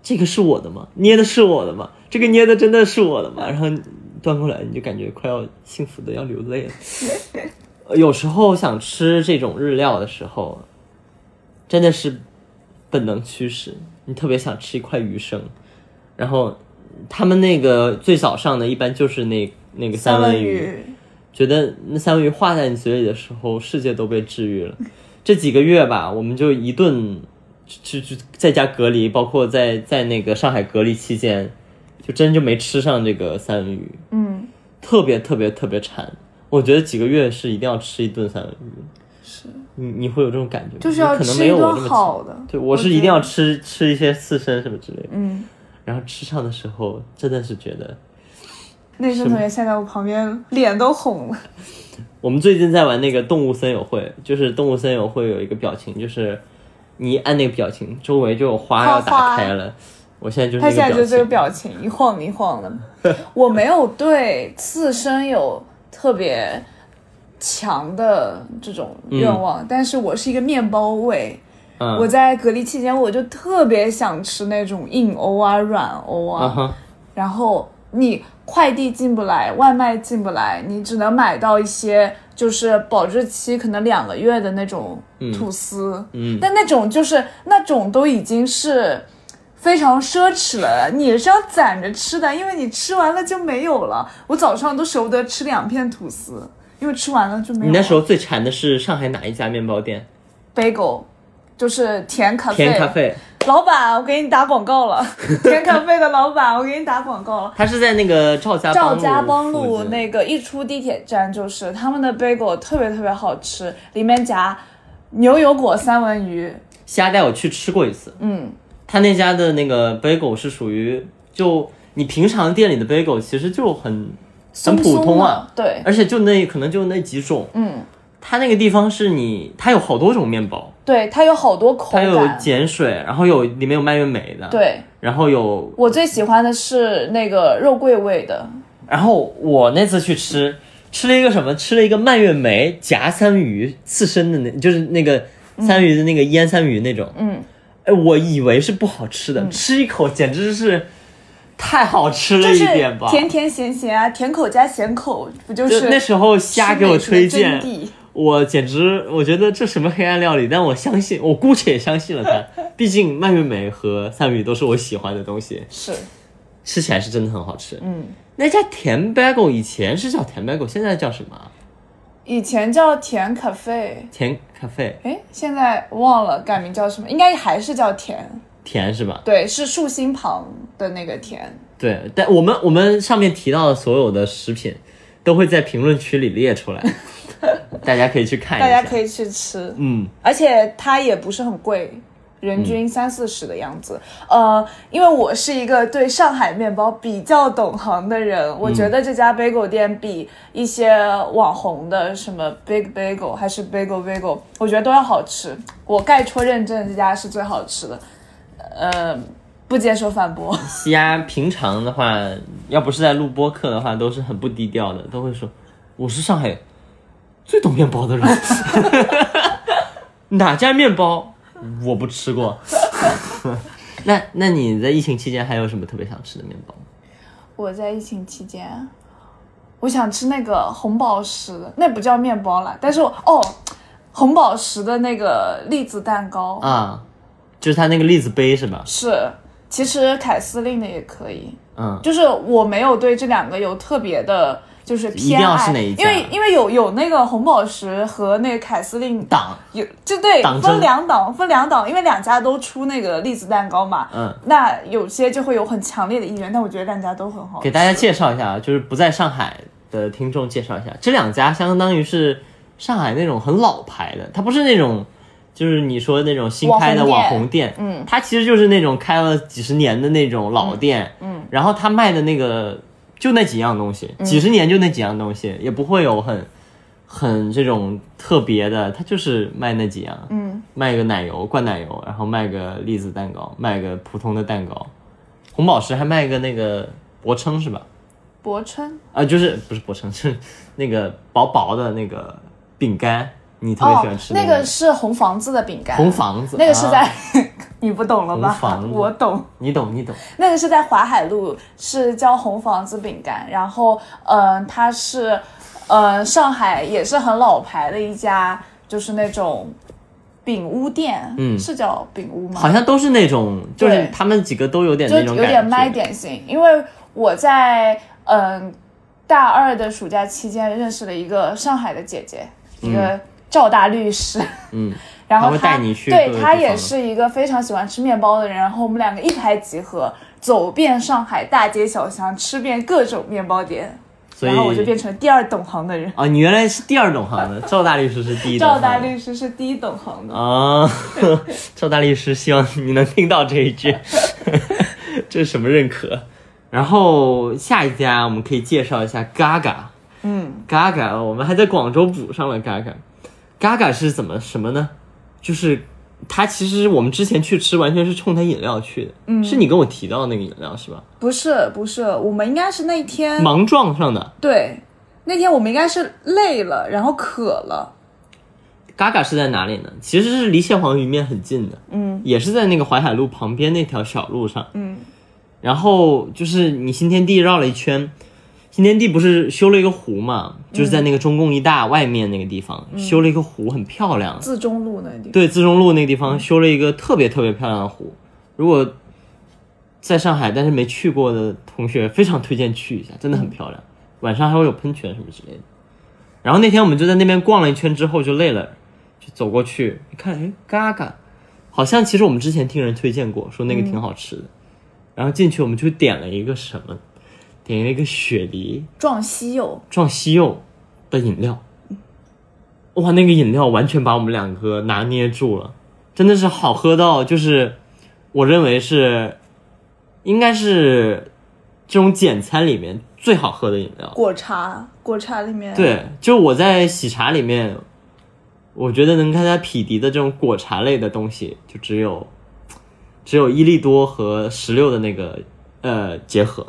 Speaker 3: 这个是我的吗？捏的是我的吗？这个捏的真的是我的吗？然后端过来，你就感觉快要幸福的要流泪了。呃有时候想吃这种日料的时候，真的是本能驱使，你特别想吃一块鱼生，然后他们那个最早上的一般就是那那个
Speaker 2: 三
Speaker 3: 三
Speaker 2: 文
Speaker 3: 文鱼，觉得那三文鱼化在你嘴里的时候，世界都被治愈了。 <laughs> 这几个月吧，我们就一顿就就就在家隔离，包括在在那个上海隔离期间，就真就没吃上这个三文鱼，
Speaker 2: 嗯，
Speaker 3: 特别特别特别馋。我觉得几个月是一定要吃一顿三文鱼，
Speaker 2: 是，
Speaker 3: 你你会有这种感觉吗？
Speaker 2: 就是要
Speaker 3: 你可能
Speaker 2: 吃
Speaker 3: 没
Speaker 2: 一
Speaker 3: 有我
Speaker 2: 顿
Speaker 3: 那么馋。
Speaker 2: 好的。
Speaker 3: 对，我是
Speaker 2: 觉
Speaker 3: 一定要
Speaker 2: 得
Speaker 3: 吃吃一些刺身什么之类的，
Speaker 2: 嗯，
Speaker 3: 然后吃上的时候真的是觉得
Speaker 2: 内森同学现在我旁边脸都红了。
Speaker 3: 我们最近在玩那个动物森友会，就是动物森友会有一个表情，就是你一按那个表情，周围就有花要打开了。我现在就是
Speaker 2: 他现
Speaker 3: 那
Speaker 2: 在
Speaker 3: 个
Speaker 2: 就
Speaker 3: 表
Speaker 2: 这个
Speaker 3: 情，
Speaker 2: 表情，一晃一晃
Speaker 3: <laughs>
Speaker 2: 的。我没有对刺身有特别强的这种愿望，但是我是一个面包胃。
Speaker 3: 嗯
Speaker 2: 我在隔离期间，我就特别想吃那种硬欧啊、软欧啊，
Speaker 3: 啊哈，
Speaker 2: 然后你快递进不来，外卖进不来，你只能买到一些就是保质期可能两个月的那种吐司，
Speaker 3: 嗯
Speaker 2: 但那种就是那种都已经是非常奢侈了，你是要攒着吃的，因为你吃完了就没有了。我早上都舍不得吃两片吐司，因为吃完了就没有了。
Speaker 3: 你那时候最馋的是上海哪一家面包店？
Speaker 2: bagel 就是甜咖啡，
Speaker 3: 甜咖啡，
Speaker 2: 老板，我给你打广告了，甜咖啡的老板，我给你打广告了。
Speaker 3: 它是在那个赵家
Speaker 2: 赵
Speaker 3: 帮路
Speaker 2: 家浜路
Speaker 3: 附近
Speaker 2: 那个一出地铁站就是他们的 bagel 特别特别好吃，里面夹牛油果三文鱼，
Speaker 3: 虾带我去吃过一次，
Speaker 2: 嗯，
Speaker 3: 他那家的那个 bagel 是属于就你平常店里的 bagel 其实就很很
Speaker 2: 松松
Speaker 3: 普
Speaker 2: 的
Speaker 3: 通啊，，
Speaker 2: 对，
Speaker 3: 而且就那可能就那几种，
Speaker 2: 嗯，
Speaker 3: 它那个地方是你，它有好多种面包，
Speaker 2: 对，它有好多口
Speaker 3: 它有
Speaker 2: 感，
Speaker 3: 碱水，然后有里面有蔓越莓的，，
Speaker 2: 对
Speaker 3: 然后有，
Speaker 2: 我最喜欢的是那个肉桂味的，
Speaker 3: 然后我那次去吃，吃了一个什么？吃了一个蔓越莓夹三文鱼刺身的那，就是那个三文鱼的那个腌三文鱼那种，
Speaker 2: 嗯，
Speaker 3: 哎，我以为是不好吃的，吃一口简直是太好吃了
Speaker 2: 就
Speaker 3: 一
Speaker 2: 是
Speaker 3: 点吧。
Speaker 2: 甜甜咸咸啊，甜口加咸口，不就
Speaker 3: 就是那时候虾
Speaker 2: 吃
Speaker 3: 给我
Speaker 2: 美食的
Speaker 3: 推
Speaker 2: 真
Speaker 3: 荐，
Speaker 2: 谛
Speaker 3: 我简直，我觉得这什么黑暗料理，但我相信，我姑且也相信了
Speaker 2: <laughs>
Speaker 3: 它。毕竟蔓越莓和三文鱼都是我喜欢的东西，
Speaker 2: 是，
Speaker 3: 吃起来是真的很好吃。
Speaker 2: 嗯。
Speaker 3: 那家甜 bagel 以前是叫甜 bagel，现在叫什么啊？
Speaker 2: 以前叫甜咖啡，
Speaker 3: 甜咖啡，
Speaker 2: 哎，现在忘了改名叫什么，应该还是叫甜。
Speaker 3: 甜是吧？
Speaker 2: 对，是竖心旁的那个甜。
Speaker 3: 对，但我们我们上面提到的所有的食品，都会在评论区里列
Speaker 2: <laughs>
Speaker 3: 出来，大家可以去看一
Speaker 2: 大
Speaker 3: 下。
Speaker 2: 家可以去吃，
Speaker 3: 嗯，
Speaker 2: 而且它也不是很贵，人均三四十的样子。呃，因为我是一个对上海面包比较懂行的人，我觉
Speaker 3: 嗯
Speaker 2: 得这家 bagel 店比一些网红的什么 Big Bagel 还是 Bagel Bagel，我觉得都要好吃。我概戳认证这家是最好吃的，呃，不接受反驳。
Speaker 3: 西亚平常的话，要不是在录播课的话，都是很不低调的，都会说我是上海最懂面包的人。 <laughs> 哪家面包我不吃过。 <laughs> 那那你在疫情期间还有什么特别想吃的面包？
Speaker 2: 我在疫情期间，我想吃那个红宝石，那不叫面包啦，但是我哦，红宝石的那个栗子蛋糕、
Speaker 3: 啊，就是它那个栗子杯是吧？
Speaker 2: 是，其实凯司令的也可以，
Speaker 3: 嗯，
Speaker 2: 就是我没有对这两个有特别的，就是
Speaker 3: 一定
Speaker 2: 偏
Speaker 3: 要
Speaker 2: 爱，
Speaker 3: 是哪一家
Speaker 2: 因为因为有有那个红宝石和那个凯司令
Speaker 3: 党，
Speaker 2: 有就对
Speaker 3: 党争
Speaker 2: 分两档分两档，因为两家都出那个栗子蛋糕嘛，
Speaker 3: 嗯，
Speaker 2: 那有些就会有很强烈的意愿，但我觉得两家都很好吃，
Speaker 3: 给大家介绍一下，就是不在上海的听众介绍一下，这两家相当于是上海那种很老牌的，它不是那种就是你说那种新开的网
Speaker 2: 网
Speaker 3: 红
Speaker 2: 红
Speaker 3: 店，嗯，它其实就是那种开了几十年的那种老店，嗯，然后它卖的那个就那几样东西，
Speaker 2: 嗯
Speaker 3: 几十年就那几样东西，也不会有很很这种特别的，它就是卖那几样，
Speaker 2: 嗯，
Speaker 3: 卖个奶油灌奶油，然后卖个栗子蛋糕，卖个普通的蛋糕，红宝石还卖个那个薄撑是吧？
Speaker 2: 博春
Speaker 3: 啊，就是不是薄撑，就是那个薄薄的那个饼干，你特别喜欢吃、
Speaker 2: 哦那
Speaker 3: 个
Speaker 2: 个是红房子的饼干，
Speaker 3: 红房子，
Speaker 2: 那个是
Speaker 3: 啊
Speaker 2: 在、 <laughs> 你不懂了吧
Speaker 3: 红房子？
Speaker 2: <laughs> 我懂，
Speaker 3: 你懂你懂，
Speaker 2: 那个是在淮海路，是叫红房子饼干，然后嗯、呃它是呃上海也是很老牌的一家，就是那种饼屋店，
Speaker 3: 嗯
Speaker 2: 是叫饼屋吗？
Speaker 3: 好像都是那种，就是
Speaker 2: 对
Speaker 3: 他们几个都有点
Speaker 2: 就
Speaker 3: 那种
Speaker 2: 有
Speaker 3: 感觉，
Speaker 2: 点卖点心，因为我在嗯、大二的暑假期间认识了一个上海的姐姐，一个赵大律师，
Speaker 3: 嗯，
Speaker 2: <laughs> 然后
Speaker 3: 她会带你去各个
Speaker 2: 对
Speaker 3: 地
Speaker 2: 她
Speaker 3: 方
Speaker 2: 也
Speaker 3: 吗
Speaker 2: 是一个非常喜欢吃面包的人，然后我们两个一拍即合，走遍上海大街小巷，吃遍各种面包店，
Speaker 3: 所以
Speaker 2: 然后我就变成第二懂行的人。
Speaker 3: 啊，你原来是第二懂行
Speaker 2: <laughs>
Speaker 3: 的，赵大律师是第一懂
Speaker 2: 赵
Speaker 3: 行的，
Speaker 2: 大律师是第一懂行的，
Speaker 3: 啊， <laughs> 赵大律师，希望你能听到这一句， <laughs> 这是什么认可？然后下一家我们可以介绍一下 Gaga。
Speaker 2: 嗯，
Speaker 3: Gaga，我们还在广州补上了 Gaga。Gaga 是怎么什么呢？就是它其实我们之前去吃完全是冲它饮料去的，嗯，是你跟我提到那个饮料是吧？
Speaker 2: 不是不是，我们应该是那天
Speaker 3: 盲撞上的
Speaker 2: 对那天我们应该是累了，然后渴了。
Speaker 3: Gaga 是在哪里呢？其实是离蟹黄鱼面很近的，嗯，也是在那个淮海路旁边那条小路上，嗯。然后就是你新天地绕了一圈，新天地不是修了一个湖嘛，就是在那个中共一大外面那个地方、修了一个湖，很漂亮，
Speaker 2: 自中路那个地方。嗯
Speaker 3: 对，自中路那个地方修了一个特别特别漂亮的湖。如果在上海但是没去过的同学，非常推荐去一下，真的很
Speaker 2: 嗯
Speaker 3: 漂亮。晚上还会有喷泉什么之类的。然后那天我们就在那边逛了一圈之后就累了，就走过去一看，哎，嘎嘎，好像其实我们之前听人推荐过，说那个
Speaker 2: 嗯
Speaker 3: 挺好吃的。然后进去我们就点了一个什么，点了一个雪梨
Speaker 2: 撞西柚，
Speaker 3: 撞西柚的饮料，哇，那个饮料完全把我们两个拿捏住了，真的是好喝到就是我认为是应该是这种简餐里面最好喝的饮料。
Speaker 2: 果茶，果茶里面，
Speaker 3: 对，就我在喜茶里面，我觉得能跟它匹敌的这种果茶类的东西，就只有只有伊利多和石榴的那个呃结合。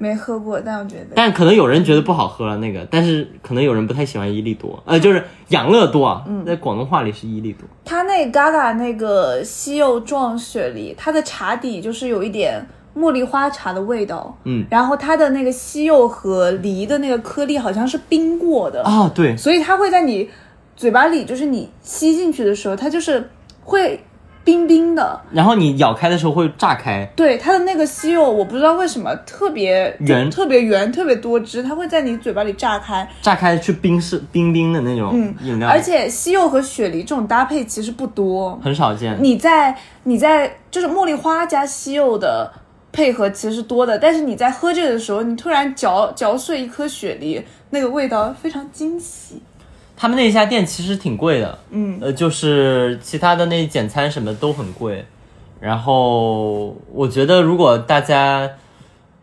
Speaker 2: 没喝过，但我觉得
Speaker 3: 但可能有人觉得不好喝了那个，但是可能有人不太喜欢伊利多，呃，就是养乐多啊，
Speaker 2: 嗯
Speaker 3: 在广东话里是伊利多，
Speaker 2: 它那 Gaga 那个西柚撞雪梨，它的茶底就是有一点茉莉花茶的味道，
Speaker 3: 嗯，
Speaker 2: 然后它的那个西柚和梨的那个颗粒好像是冰过的，
Speaker 3: 哦，对，
Speaker 2: 所以它会在你嘴巴里，就是你吸进去的时候，它就是会冰冰的。
Speaker 3: 然后你咬开的时候会炸开，
Speaker 2: 对它的那个西柚，我不知道为什么特别
Speaker 3: 圆
Speaker 2: 特别圆，特别多汁，它会在你嘴巴里炸开，
Speaker 3: 炸开去冰是冰冰的那种饮料，
Speaker 2: 嗯而且西柚和雪梨这种搭配其实不多，
Speaker 3: 很少见，
Speaker 2: 你在你在就是茉莉花加西柚的配合其实是多的，但是你在喝这个的时候，你突然嚼嚼碎一颗雪梨，那个味道非常惊喜。
Speaker 3: 他们那家店其实挺贵的，
Speaker 2: 嗯，
Speaker 3: 呃，就是其他的那简餐什么都很贵。然后我觉得，如果大家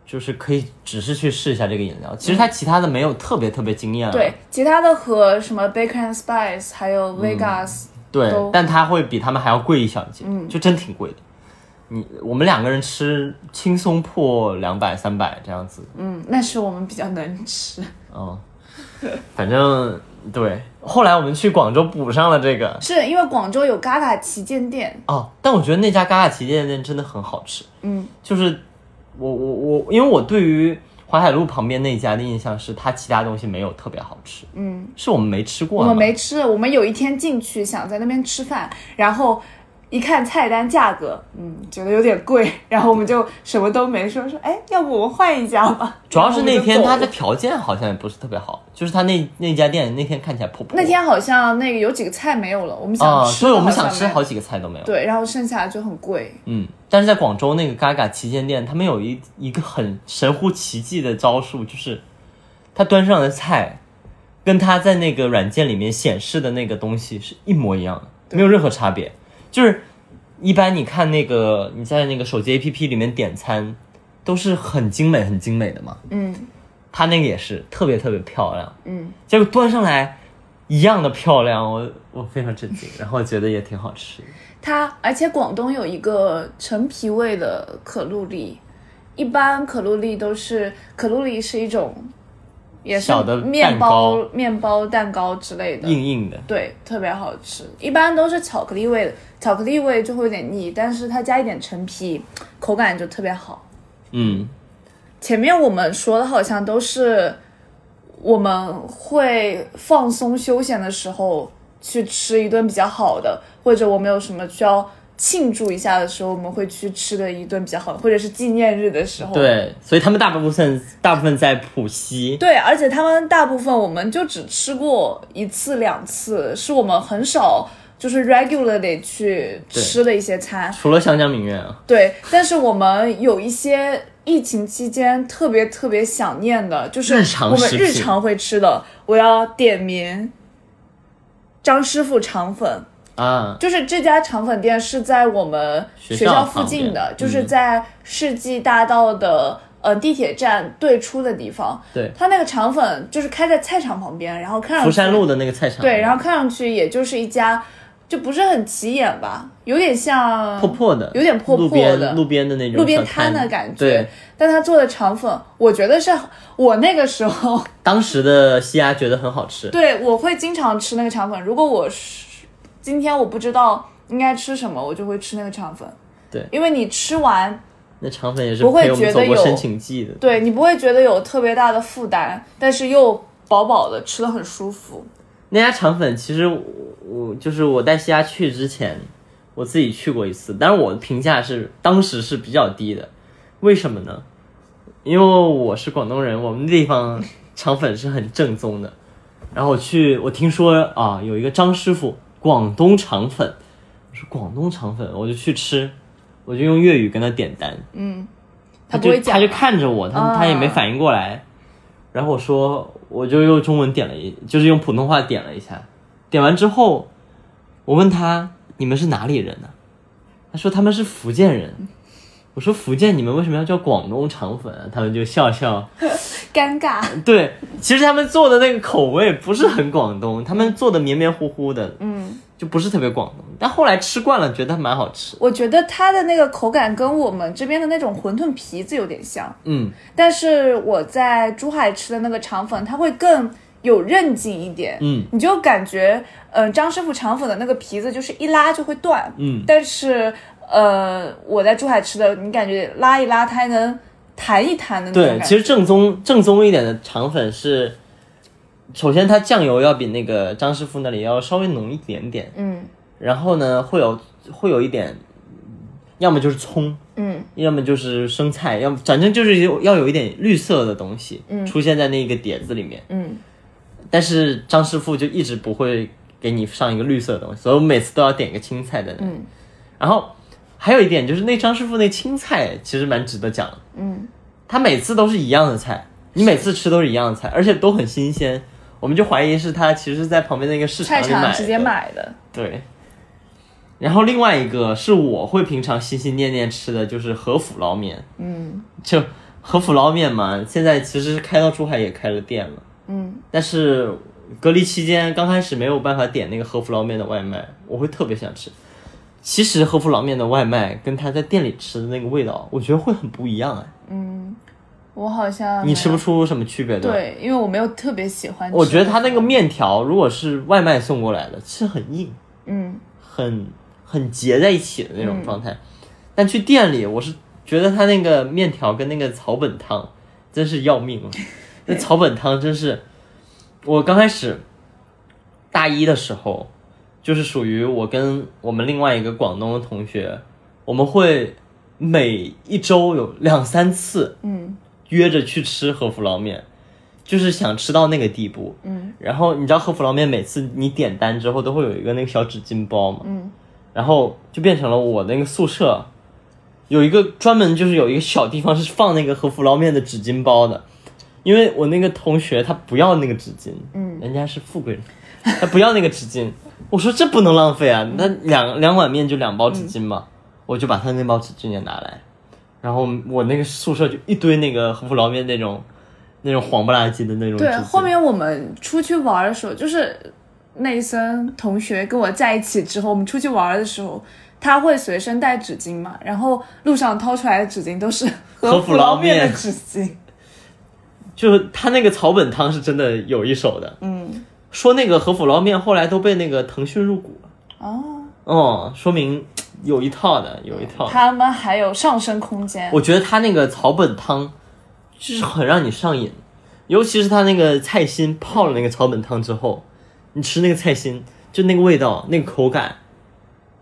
Speaker 3: 就是可以只是去试一下这个饮料，其实它其他的没有特别特别惊艳、啊，
Speaker 2: 嗯对，其他的和什么 Bacon Spice 还有
Speaker 3: 嗯
Speaker 2: Vegas，、
Speaker 3: 对
Speaker 2: 都，嗯
Speaker 3: 但它会比他们还要贵一小节，就真挺贵的。你我们两个人吃轻松破两百三百这样子，
Speaker 2: 嗯那是我们比较能吃。
Speaker 3: 嗯，反正对，后来我们去广州补上了这个
Speaker 2: 是因为广州有 Gaga 旗舰店，
Speaker 3: 哦，但我觉得那家嘎嘎旗舰店真的很好吃，
Speaker 2: 嗯，
Speaker 3: 就是我我我，因为我对于淮海路旁边那家的印象是它其他东西没有特别好吃，
Speaker 2: 嗯，
Speaker 3: 是我们没吃过
Speaker 2: 我
Speaker 3: 的吗，
Speaker 2: 们没吃，我们有一天进去想在那边吃饭，然后一看菜单价格，嗯，觉得有点贵，然后我们就什么都没说，说哎，要不我们换一家吧。
Speaker 3: 主要是那天
Speaker 2: 然后
Speaker 3: 它
Speaker 2: 我们
Speaker 3: 的
Speaker 2: 就走了
Speaker 3: 条件好像也不是特别好，就是它那那家店那天看起来破破。
Speaker 2: 那天好像那个有几个菜没有了，我们想吃的
Speaker 3: 啊、
Speaker 2: 好像没有，
Speaker 3: 所以我们想吃好几个菜都没有。
Speaker 2: 对，然后剩下就很贵，
Speaker 3: 嗯，但是在广州那个 Gaga 旗舰店，他们有一一个很神乎其技的招数，就是他端上的菜跟他在那个软件里面显示的那个东西是一模一样的，没有任何差别。就是一般你看那个你在那个手机 APP 里面点餐，都是很精美很精美的嘛，
Speaker 2: 嗯
Speaker 3: 他那个也是特别特别漂亮。
Speaker 2: 嗯，
Speaker 3: 结果端上来一样的漂亮，我我非常震惊，然后觉得也挺好吃的。
Speaker 2: 它而且广东有一个陈皮味的可露丽，一般可露丽都是可露丽是一种，也是
Speaker 3: 小的
Speaker 2: 面
Speaker 3: 蛋
Speaker 2: 包
Speaker 3: 糕、
Speaker 2: 面包、蛋糕之类的，
Speaker 3: 硬硬的，
Speaker 2: 对，特别好吃。一般都是巧克力味的，巧克力味就会有点腻，但是它加一点陈皮，口感就特别好。
Speaker 3: 嗯，
Speaker 2: 前面我们说的好像都是我们会放松休闲的时候去吃一顿比较好的，或者我们有什么需要庆祝一下的时候，我们会去吃的一顿比较好的，或者是纪念日的时候。
Speaker 3: 对，所以他们大部分大部分在浦西，
Speaker 2: 对，而且他们大部分我们就只吃过一次两次，是我们很少就是 regularly 去吃的一些餐。
Speaker 3: 除了湘江名苑啊，
Speaker 2: 对，但是我们有一些疫情期间特别特别想念的，就是
Speaker 3: 日常
Speaker 2: 我们
Speaker 3: 食
Speaker 2: 日
Speaker 3: 品
Speaker 2: 常会吃的，我要点名张师傅肠粉。
Speaker 3: 啊，
Speaker 2: 就是这家肠粉店是在我们
Speaker 3: 学
Speaker 2: 学
Speaker 3: 校
Speaker 2: 校
Speaker 3: 旁
Speaker 2: 附近的，
Speaker 3: 边
Speaker 2: 就是
Speaker 3: 嗯
Speaker 2: 在世纪大道的呃地铁站对出的地方。
Speaker 3: 对，
Speaker 2: 它那个肠粉就是开在菜场旁边，然后看上去
Speaker 3: 福山路的那个菜场，
Speaker 2: 对，然后看上去也就是一家，就不是很起眼吧，有点像
Speaker 3: 破破的，
Speaker 2: 有点破
Speaker 3: 路
Speaker 2: 破的
Speaker 3: 边路边的那种
Speaker 2: 路边
Speaker 3: 小
Speaker 2: 摊
Speaker 3: 摊
Speaker 2: 的感觉。
Speaker 3: 对，
Speaker 2: 但他做的肠粉，我觉得是我那个时候，
Speaker 3: 当时的西安觉得很好吃，
Speaker 2: 对我会经常吃那个肠粉。如果我是今天我不知道应该吃什么，我就会吃那个肠粉。
Speaker 3: 对
Speaker 2: 因为你吃完，
Speaker 3: 那肠粉也是
Speaker 2: 不会
Speaker 3: 陪我们
Speaker 2: 觉
Speaker 3: 走
Speaker 2: 得
Speaker 3: 过
Speaker 2: 有
Speaker 3: 申请季的，
Speaker 2: 对你不会觉得有特别大的负担，但是又饱饱的，吃的很舒服。
Speaker 3: 那家肠粉其实我我就是我带西亚去之前，我自己去过一次，但是我的评价是当时是比较低的，为什么呢？因为我是广东人，我们地方肠粉是很正宗的。然后我去，我听说啊有一个张师傅广东肠粉，我说广东肠粉，我就去吃，我就用粤语跟他点单，
Speaker 2: 他不
Speaker 3: 就
Speaker 2: 会讲
Speaker 3: 他就看着我，他、
Speaker 2: 啊
Speaker 3: 他也没反应过来。然后我说，我就用中文点了一，就是用普通话点了一下。点完之后，我问他：“你们是哪里人呢、他说：“他们是福建人。”我说：“福建，你们为什么要叫广东肠粉、啊？”他们就笑笑。
Speaker 2: 尴尬。
Speaker 3: 对，其实他们做的那个口味不是很广东，他们做的黏黏糊糊的，
Speaker 2: 嗯，
Speaker 3: 就不是特别广东。但后来吃惯了，觉得蛮好吃。
Speaker 2: 我觉得它的那个口感跟我们这边的那种馄饨皮子有点像。
Speaker 3: 嗯，
Speaker 2: 但是我在珠海吃的那个肠粉，它会更有韧劲一点。
Speaker 3: 嗯，
Speaker 2: 你就感觉，呃，张师傅肠粉的那个皮子就是一拉就会断。
Speaker 3: 嗯，
Speaker 2: 但是呃，我在珠海吃的，你感觉拉一拉它还能弹一弹的那种
Speaker 3: 对，
Speaker 2: 感
Speaker 3: 其
Speaker 2: 觉。
Speaker 3: 实正宗正宗一点的肠粉是，首先它酱油要比那个张师傅那里要稍微浓一点点，
Speaker 2: 嗯
Speaker 3: 然后呢会有会有一点，要么就是葱，
Speaker 2: 嗯，
Speaker 3: 要么就是生菜，要么反正就是有要有一点绿色的东西、出现在那个碟子里面。
Speaker 2: 嗯，
Speaker 3: 但是张师傅就一直不会给你上一个绿色的东西，所以我每次都要点一个青菜的。
Speaker 2: 嗯，
Speaker 3: 然后还有一点就是那张师傅那青菜其实蛮值得讲的。
Speaker 2: 嗯，
Speaker 3: 他每次都是一样的菜，你每次吃都是一样的菜，而且都很新鲜。我们就怀疑是他其实是在旁边那个市场
Speaker 2: 菜
Speaker 3: 里买
Speaker 2: 场
Speaker 3: 的
Speaker 2: 直接买的。
Speaker 3: 对。然后另外一个是我会平常心心念念吃的就是和府捞面，
Speaker 2: 嗯
Speaker 3: 就和府捞面嘛，现在其实开到珠海也开了店了。
Speaker 2: 嗯，
Speaker 3: 但是隔离期间刚开始没有办法点那个和府捞面的外卖，我会特别想吃。其实和府捞面的外卖跟他在店里吃的那个味道，我觉得会很不一样哎。
Speaker 2: 我好像
Speaker 3: 啊你吃不出什么区别，吧？
Speaker 2: 对，因为我没有特别喜欢吃。
Speaker 3: 我觉得它那个面条如果是外卖送过来的，是很硬，
Speaker 2: 嗯，
Speaker 3: 很很结在一起的那种状态。但去店里，我是觉得它那个面条跟那个草本汤真是要命了。那草本汤真是，我刚开始大一的时候，就是属于我跟我们另外一个广东的同学，我们会每一周有两三次，
Speaker 2: 嗯，
Speaker 3: 约着去吃和府捞面，就是想吃到那个地步，
Speaker 2: 嗯，
Speaker 3: 然后你知道和府捞面每次你点单之后都会有一个那个小纸巾包嘛，
Speaker 2: 嗯，
Speaker 3: 然后就变成了我那个宿舍有一个专门就是有一个小地方是放那个和府捞面的纸巾包的，因为我那个同学他不要那个纸巾，
Speaker 2: 嗯，
Speaker 3: 人家是富贵人，他不要那个纸巾，我说这不能浪费啊，那两两碗面就两包纸巾
Speaker 2: 嗯
Speaker 3: 嘛，我就把他那包纸巾也拿来。然后我那个宿舍就一堆那个和府捞面那种，那种黄不拉几的那种纸巾。
Speaker 2: 对，后面我们出去玩的时候，就是内森同学跟我在一起之后，我们出去玩的时候，他会随身带纸巾嘛，然后路上掏出来的纸巾都
Speaker 3: <laughs>
Speaker 2: 是
Speaker 3: 和
Speaker 2: 府
Speaker 3: 府捞
Speaker 2: 面
Speaker 3: 面
Speaker 2: 的纸巾。
Speaker 3: 就是他那个草本汤是真的有一手的。
Speaker 2: 嗯，
Speaker 3: 说那个和府捞面后来都被那个腾讯入股了，
Speaker 2: 哦，
Speaker 3: 哦，说明有一套的，有一套的。
Speaker 2: 他们还有上升空间。
Speaker 3: 哦我觉得他那个草本汤就是很让你上瘾，尤其是他那个菜心泡了那个草本汤之后，你吃那个菜心，就那个味道、那个口感，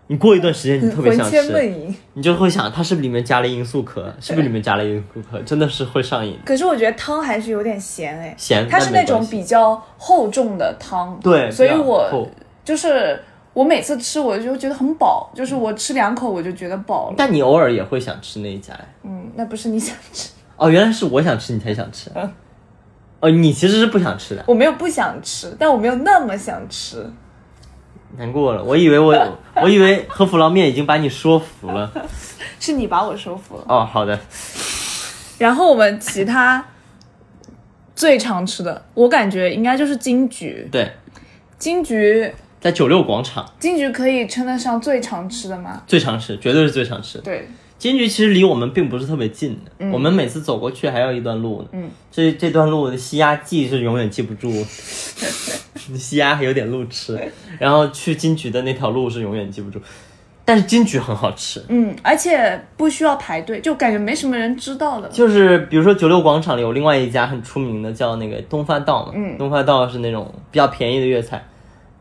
Speaker 3: 你过一段时间你特
Speaker 2: 嗯
Speaker 3: 别
Speaker 2: 魂
Speaker 3: 想吃。
Speaker 2: 牵梦萦。
Speaker 3: 你就会想，它是不是里面加了罂粟壳？是不是里面加了罂粟壳？真的是会上瘾，
Speaker 2: 可是我觉得汤还是有点咸哎，
Speaker 3: 咸。
Speaker 2: 它是
Speaker 3: 那
Speaker 2: 那
Speaker 3: 没关
Speaker 2: 种
Speaker 3: 系
Speaker 2: 比较厚重的汤，
Speaker 3: 对，
Speaker 2: 所以
Speaker 3: 比较
Speaker 2: 我
Speaker 3: 厚
Speaker 2: 就是我每次吃我就觉得很饱，就是我吃两口我就觉得饱了。
Speaker 3: 但你偶尔也会想吃那一家哎
Speaker 2: 嗯，那不是你想吃，
Speaker 3: 哦，原来是我想吃你才想吃
Speaker 2: 嗯，
Speaker 3: 哦，你其实是不想吃的，
Speaker 2: 我没有不想吃，但我没有那么想吃。
Speaker 3: 难过了，我以为我 <laughs> 我以为和府捞面已经把你说服了。
Speaker 2: 是你把我说服了。
Speaker 3: 哦，好的，
Speaker 2: 然后我们其他最常吃的，我感觉应该就是金桔。
Speaker 3: 对，
Speaker 2: 金桔，
Speaker 3: 在九六广场
Speaker 2: 金桔可以称得上最常吃的吗？
Speaker 3: 最常吃，绝对是最常吃。
Speaker 2: 对，
Speaker 3: 金桔其实离我们并不是特别近的，我们每次走过去还要一段路呢。
Speaker 2: 嗯，
Speaker 3: 这这段路的西压记是永远记不
Speaker 2: <laughs>
Speaker 3: 住，西压还有点路痴，然后去金桔的那条路是永远记不住。但是金桔很好吃，
Speaker 2: 嗯，而且不需要排队，就感觉没什么人知道的。
Speaker 3: 就是比如说九六广场里有另外一家很出名的叫那个东发道嘛，
Speaker 2: 嗯
Speaker 3: 东发道是那种比较便宜的粤菜，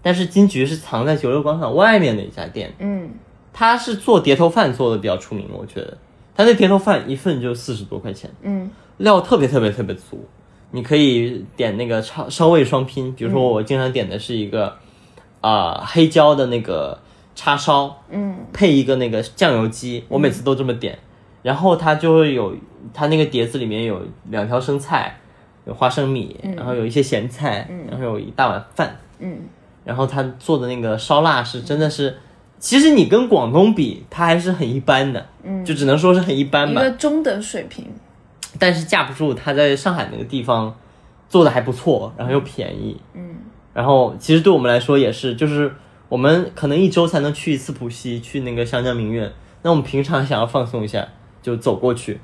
Speaker 3: 但是金桔是藏在九六广场外面的一家店，
Speaker 2: 嗯，
Speaker 3: 他是做碟头饭做的比较出名，我觉得他那碟头饭一份就四十多块钱，
Speaker 2: 嗯，
Speaker 3: 料特别特别特别足，你可以点那个超烧味双拼，比如说
Speaker 2: 嗯
Speaker 3: 我经常点的是一个啊、黑椒的那个叉烧，
Speaker 2: 嗯，
Speaker 3: 配一个那个酱油鸡，我每次都这么点，然后它就会有它那个碟子里面有两条生菜，有花生米，然后有一些咸菜，然后有一大碗饭，
Speaker 2: 嗯，
Speaker 3: 然后他做的那个烧腊是真的是，其实你跟广东比，它还是很一般的，嗯，就只能说是很一般
Speaker 2: 一
Speaker 3: 吧
Speaker 2: 个，中等水平。
Speaker 3: 但是架不住他在上海那个地方做的还不错，然后又便宜，嗯，然后其实对我们来说也是，就是我们可能一周才能去一次浦西，去那个湘江名苑，那我们平常想要放松一下，就走过去，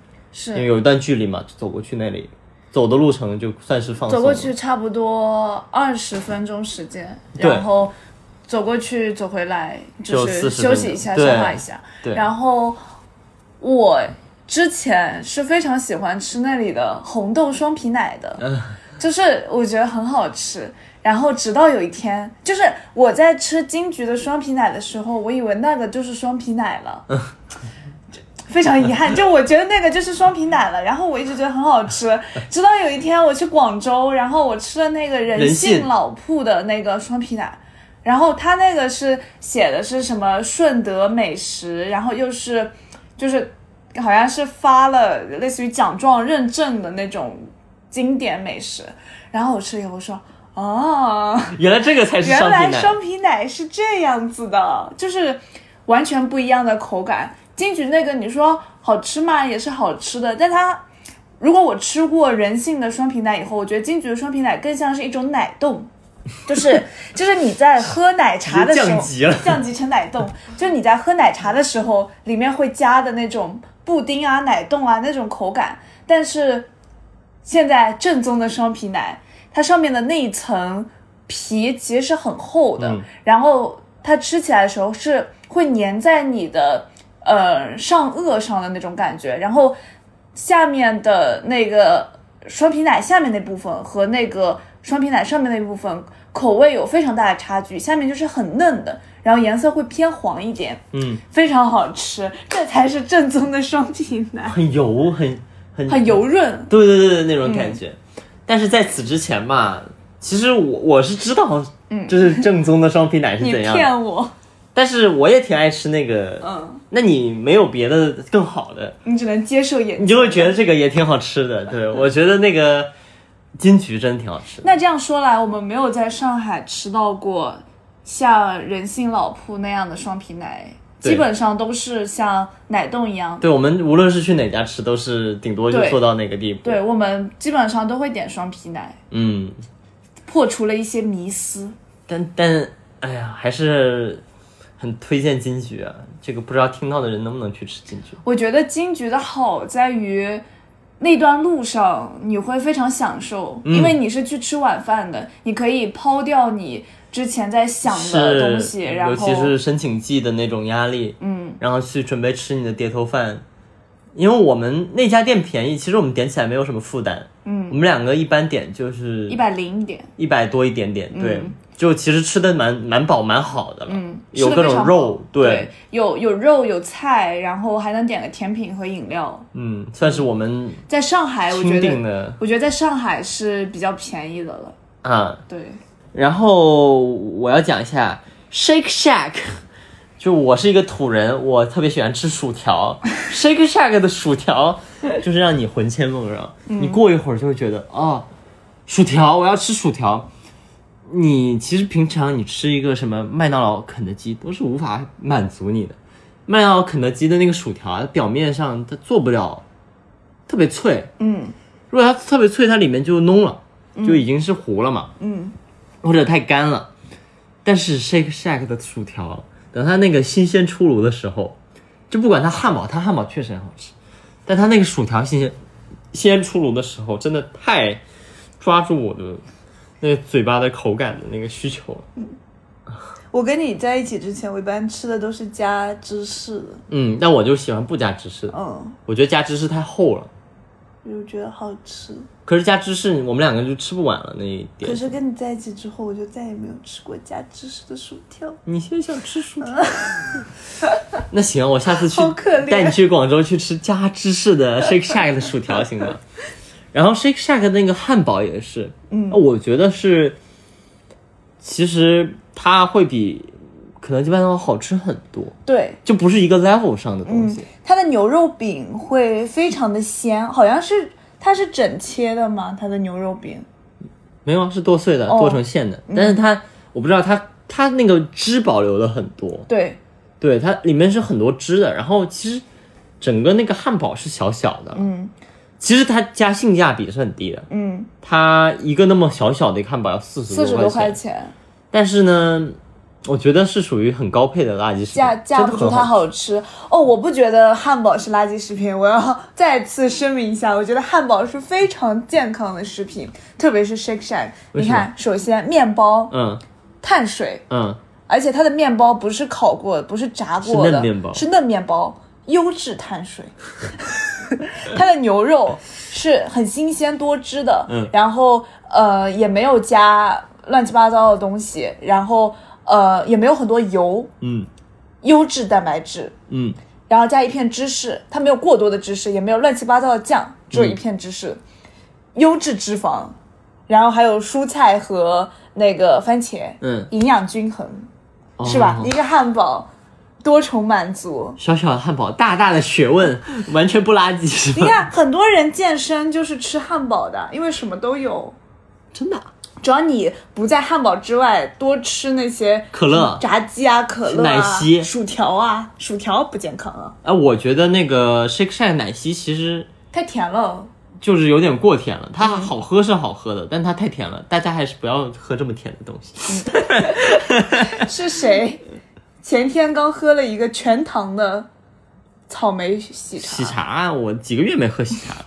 Speaker 3: 因为
Speaker 2: 是
Speaker 3: 有一段距离嘛，就走过去那里，走的路程就算是放松
Speaker 2: 走
Speaker 3: 了，
Speaker 2: 过去差不多二十分钟时间，
Speaker 3: 对
Speaker 2: 然后走过去走回来就
Speaker 3: 就是40
Speaker 2: 休息一下，
Speaker 3: 分
Speaker 2: 消
Speaker 3: 钟
Speaker 2: 化一下。
Speaker 3: 对
Speaker 2: 然后我之前是非常喜欢吃那里的红豆双皮奶的，就是我觉得很好吃。然后直到有一天，就是我在吃金桔的双皮奶的时候，我以为那个就是双皮奶了。非常遗憾，就我觉得那个就是双皮奶了，然后我一直觉得很好吃，直到有一天我去广州，然后我吃了那个人
Speaker 3: 人
Speaker 2: 性
Speaker 3: 性
Speaker 2: 老铺的那个双皮奶，然后它那个是写的是什么顺德美食，然后又是就是好像是发了类似于奖状认证的那种经典美食，然后我吃了以后我说。哦，
Speaker 3: 原来这个才是
Speaker 2: 原
Speaker 3: 上
Speaker 2: 来
Speaker 3: 帝奶，
Speaker 2: 双皮奶是这样子的，就是完全不一样的口感。金桔那个你说好吃吗？也是好吃的，但它如果我吃过人性的双皮奶以后，我觉得金桔的双皮奶更像是一种奶冻，
Speaker 3: <laughs>
Speaker 2: 就是就是你在喝奶茶的时候
Speaker 3: 直接降级了
Speaker 2: 降级成奶冻，就是你在喝奶茶的时候里面会加的那种布丁啊、奶冻啊那种口感，但是现在正宗的双皮奶，它上面的那一层皮其实是很厚的，
Speaker 3: 嗯
Speaker 2: 然后它吃起来的时候是会粘在你的呃上颚上的那种感觉，然后下面的那个双皮奶下面那部分和那个双皮奶上面那部分口味有非常大的差距，下面就是很嫩的，然后颜色会偏黄一点，
Speaker 3: 嗯，
Speaker 2: 非常好吃，这才是正宗的双皮奶，
Speaker 3: 很油，很很
Speaker 2: 很油润。
Speaker 3: 对对对对，那种
Speaker 2: 嗯
Speaker 3: 感觉。但是在此之前吧，其实我我是知道，就是正宗的双皮奶是
Speaker 2: 嗯你
Speaker 3: 怎样的，
Speaker 2: 骗我，
Speaker 3: 但是我也挺爱吃那个。
Speaker 2: 嗯，
Speaker 3: 那你没有别的更好的，
Speaker 2: 你只能接受眼
Speaker 3: 你就会觉得这个也挺好吃的。
Speaker 2: 嗯
Speaker 3: 对我觉得那个金桔真挺好吃的。
Speaker 2: 那这样说来，我们没有在上海吃到过像人性老铺那样的双皮奶，
Speaker 3: 对
Speaker 2: 基本上都是像奶冻一样。
Speaker 3: 对我们无论是去哪家吃，都是顶多就
Speaker 2: 对
Speaker 3: 做到那个地步。
Speaker 2: 对，我们基本上都会点双皮奶，
Speaker 3: 嗯，
Speaker 2: 破除了一些迷思。
Speaker 3: 但但哎呀，还是很推荐金桔啊。这个不知道听到的人能不能去吃金桔？
Speaker 2: 我觉得金桔的好在于。那段路上你会非常享受，因为你是去吃晚饭的，你可以抛掉你之前在想的东西，然后
Speaker 3: 嗯尤其是申请季的那种压力，嗯，然后去准备吃你的碟头饭，因为我们那家店便宜，其实我们点起来没有什么负担，嗯，我们两个一般点就是
Speaker 2: 一嗯百零一点，
Speaker 3: 一百多一点点，对，就其实吃的蛮蛮饱蛮好的了，嗯有各
Speaker 2: 吃得非
Speaker 3: 种
Speaker 2: 常
Speaker 3: 肉
Speaker 2: 饱，对，有有肉有菜，然后还能点个甜品和饮料。
Speaker 3: 嗯，算是我们
Speaker 2: 在上海，哎我觉
Speaker 3: 钦定
Speaker 2: 得，
Speaker 3: 的
Speaker 2: 我觉得在上海是比较便宜的了。
Speaker 3: 啊，
Speaker 2: 对，
Speaker 3: 然后我要讲一下 Shake Shack，就我是一个土人，我特别喜欢吃薯
Speaker 2: <laughs>
Speaker 3: 条。Shake Shack 的薯条就是让你魂牵梦绕，
Speaker 2: 嗯
Speaker 3: 你过一会儿就会觉得哦，薯条，我要吃薯条。你其实平常你吃一个什么麦当劳、肯德基都是无法满足你的。麦当劳、肯德基的那个薯条啊，表面上它做不了特别脆，
Speaker 2: 嗯
Speaker 3: 如果它特别脆，它里面就脓了，就已经是糊了嘛。
Speaker 2: 嗯，
Speaker 3: 或者太干了。但是 Shake Shack 的薯条，等它那个新鲜出炉的时候，就不管它汉堡，它汉堡确实很好吃，但它那个薯条新鲜新鲜出炉的时候，真的太抓住我的那个嘴巴的口感的那个需求了。
Speaker 2: 我跟你在一起之前，我一般吃的都是加芝士的，
Speaker 3: 嗯，但我就喜欢不加芝士的，
Speaker 2: 嗯，
Speaker 3: 我觉得加芝士太厚了。
Speaker 2: 我觉得好吃。
Speaker 3: 可是加芝士，我们两个就吃不完了那一点。
Speaker 2: 是跟你在一起之后，我就再也没有吃过加芝士的薯条。
Speaker 3: 你现在想吃薯条？ <laughs> 那行，我下次去
Speaker 2: 好可怜
Speaker 3: 带你去广州去吃加芝士的 Shake Shack 的薯条，行
Speaker 2: <laughs>
Speaker 3: 吗？然后 Shake Shack 的那个汉堡也是，嗯，我觉得是，其实它会比肯德基、麦当劳好吃很多，
Speaker 2: 对，
Speaker 3: 就不是一个 level 上的东西。
Speaker 2: 它的牛肉饼会非常的鲜，好像是它是整切的吗？它的牛肉饼，
Speaker 3: 没有啊，是剁碎的，
Speaker 2: 哦嗯
Speaker 3: 剁成馅的。但是它，我不知道它它那个汁保留了很多，
Speaker 2: 对，
Speaker 3: 对，它里面是很多汁的，然后其实整个那个汉堡是小小的，嗯，其实它加性价比是很低的，
Speaker 2: 嗯，
Speaker 3: 它一个那么小小的一个汉堡要四十
Speaker 2: 四十
Speaker 3: 多
Speaker 2: 多
Speaker 3: 块
Speaker 2: 块
Speaker 3: 钱，
Speaker 2: 钱，
Speaker 3: 但是呢，我觉得是属于很高配的垃圾食品
Speaker 2: 架，架
Speaker 3: 哎真的
Speaker 2: 不住
Speaker 3: 很
Speaker 2: 它
Speaker 3: 好。
Speaker 2: 好吃哦。我不觉得汉堡是垃圾食品，我要 <laughs> 再次声明一下，我觉得汉堡是非常健康的食品，特别是 Shake Shack。
Speaker 3: 为
Speaker 2: 你
Speaker 3: 什么
Speaker 2: 看，首先面包、
Speaker 3: 嗯
Speaker 2: 碳水，
Speaker 3: 嗯，
Speaker 2: 而且它的面包不是烤过的，不是炸过的，
Speaker 3: 是嫩面包
Speaker 2: 是嫩面包优质碳水。 <laughs> 它的牛肉是很新鲜多汁的，
Speaker 3: 嗯
Speaker 2: 然后呃也没有加乱七八糟的东西，然后呃也没有很多油，
Speaker 3: 嗯
Speaker 2: 优质蛋白质，
Speaker 3: 嗯
Speaker 2: 然后加一片芝士，它没有过多的芝士，也没有乱七八糟的酱，只有一片芝士，优质脂肪，然后还有蔬菜和那个番茄，
Speaker 3: 嗯，
Speaker 2: 营养均衡，
Speaker 3: 哦
Speaker 2: 是吧？一个汉堡多重满足。
Speaker 3: 小小的汉堡，大大的学问，完全不垃圾食
Speaker 2: 你
Speaker 3: 品，
Speaker 2: 看，很多人健身就是吃汉堡的，因为什么都有。
Speaker 3: 真的啊
Speaker 2: 只要你不在汉堡之外多吃那些
Speaker 3: 可乐
Speaker 2: 炸鸡啊、可乐啊、
Speaker 3: 奶昔
Speaker 2: 薯条啊，薯条不健康啊，
Speaker 3: 哎、我觉得那个 Shake Shack 奶昔其实
Speaker 2: 太甜了。
Speaker 3: 就是有点过甜了。它好喝是好喝的，但它太甜了，大家还是不要喝这么甜的东西。
Speaker 2: 是谁？前天刚喝了一个全糖的草莓喜茶，
Speaker 3: 喜茶，我几个月没喝喜茶了。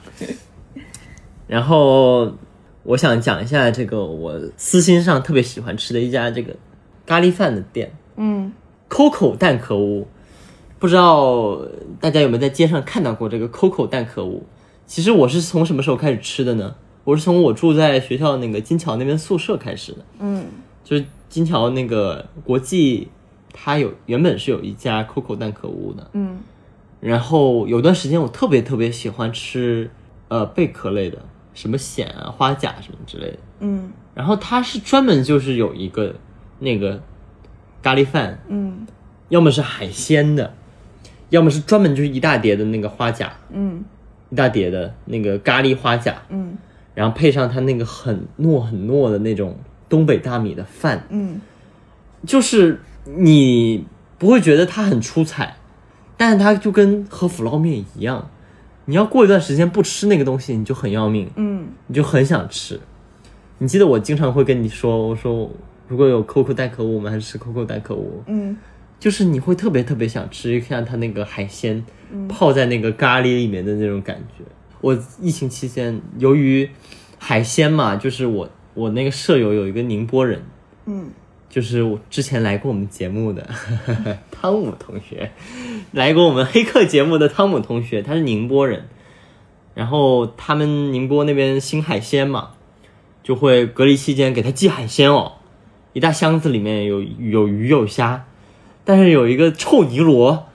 Speaker 3: <laughs> 然后我想讲一下这个我私心上特别喜欢吃的一家这个咖喱饭的店
Speaker 2: 嗯，
Speaker 3: ，Coco 蛋壳屋。不知道大家有没有在街上看到过这个 Coco 蛋壳屋？其实我是从什么时候开始吃的呢？我是从我住在学校那个金桥那边宿舍开始的。
Speaker 2: 嗯，
Speaker 3: 就是金桥那个国际，它有原本是有一家 Coco 蛋壳屋的。
Speaker 2: 嗯，
Speaker 3: 然后有段时间我特别特别喜欢吃呃贝壳类的，什么藓啊、花甲什么之类的。
Speaker 2: 嗯，
Speaker 3: 然后它是专门就是有一个那个咖喱饭，
Speaker 2: 嗯，
Speaker 3: 要么是海鲜的，要么是专门就是一大碟的那个花甲，
Speaker 2: 嗯，
Speaker 3: 一大碟的那个咖喱花甲，
Speaker 2: 嗯，
Speaker 3: 然后配上它那个很糯很糯的那种东北大米的饭，
Speaker 2: 嗯，
Speaker 3: 就是你不会觉得它很出彩，但是它就跟和腐捞面一样，你要过一段时间不吃那个东西，你就很要命，
Speaker 2: 嗯，
Speaker 3: 你就很想吃。你记得我经常会跟你说，我说如果有 COCO 蛋壳屋，我们还是吃 COCO 蛋壳屋。
Speaker 2: 嗯，
Speaker 3: 就是你会特别特别想吃，看它那个海鲜泡在那个咖喱里面的那种感觉。我疫情期间，由于海鲜嘛，就是我我那个舍友有一个宁波人，
Speaker 2: 嗯，
Speaker 3: 就是我之前来过我们节目的汤姆同学，来过我们黑客节目的汤姆同学，他是宁波人，然后他们宁波那边新海鲜嘛，就会隔离期间给他寄海鲜哦，一大箱子里面有有鱼有虾，但是有一个臭泥螺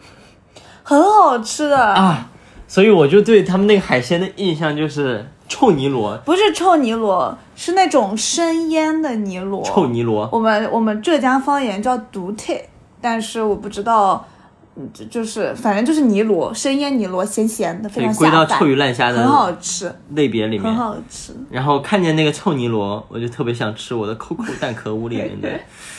Speaker 2: 很好吃的，
Speaker 3: 啊，所以我就对他们那个海鲜的印象就是臭泥螺，
Speaker 2: 不是臭泥螺，是那种生腌的泥螺。
Speaker 3: 臭泥螺，
Speaker 2: 我们我们浙江方言叫独退，但是我不知道，嗯就就是反正就是泥螺，生腌泥螺，咸咸的，非
Speaker 3: 对，
Speaker 2: 常
Speaker 3: 归
Speaker 2: 下
Speaker 3: 到
Speaker 2: 饭，
Speaker 3: 臭鱼烂虾
Speaker 2: 很好
Speaker 3: 的
Speaker 2: 吃，
Speaker 3: 类别里面
Speaker 2: 很。好吃。
Speaker 3: 然后看见那个臭泥螺，我就特别想吃我的 COCO 蛋壳屋里
Speaker 2: <laughs>
Speaker 3: 面的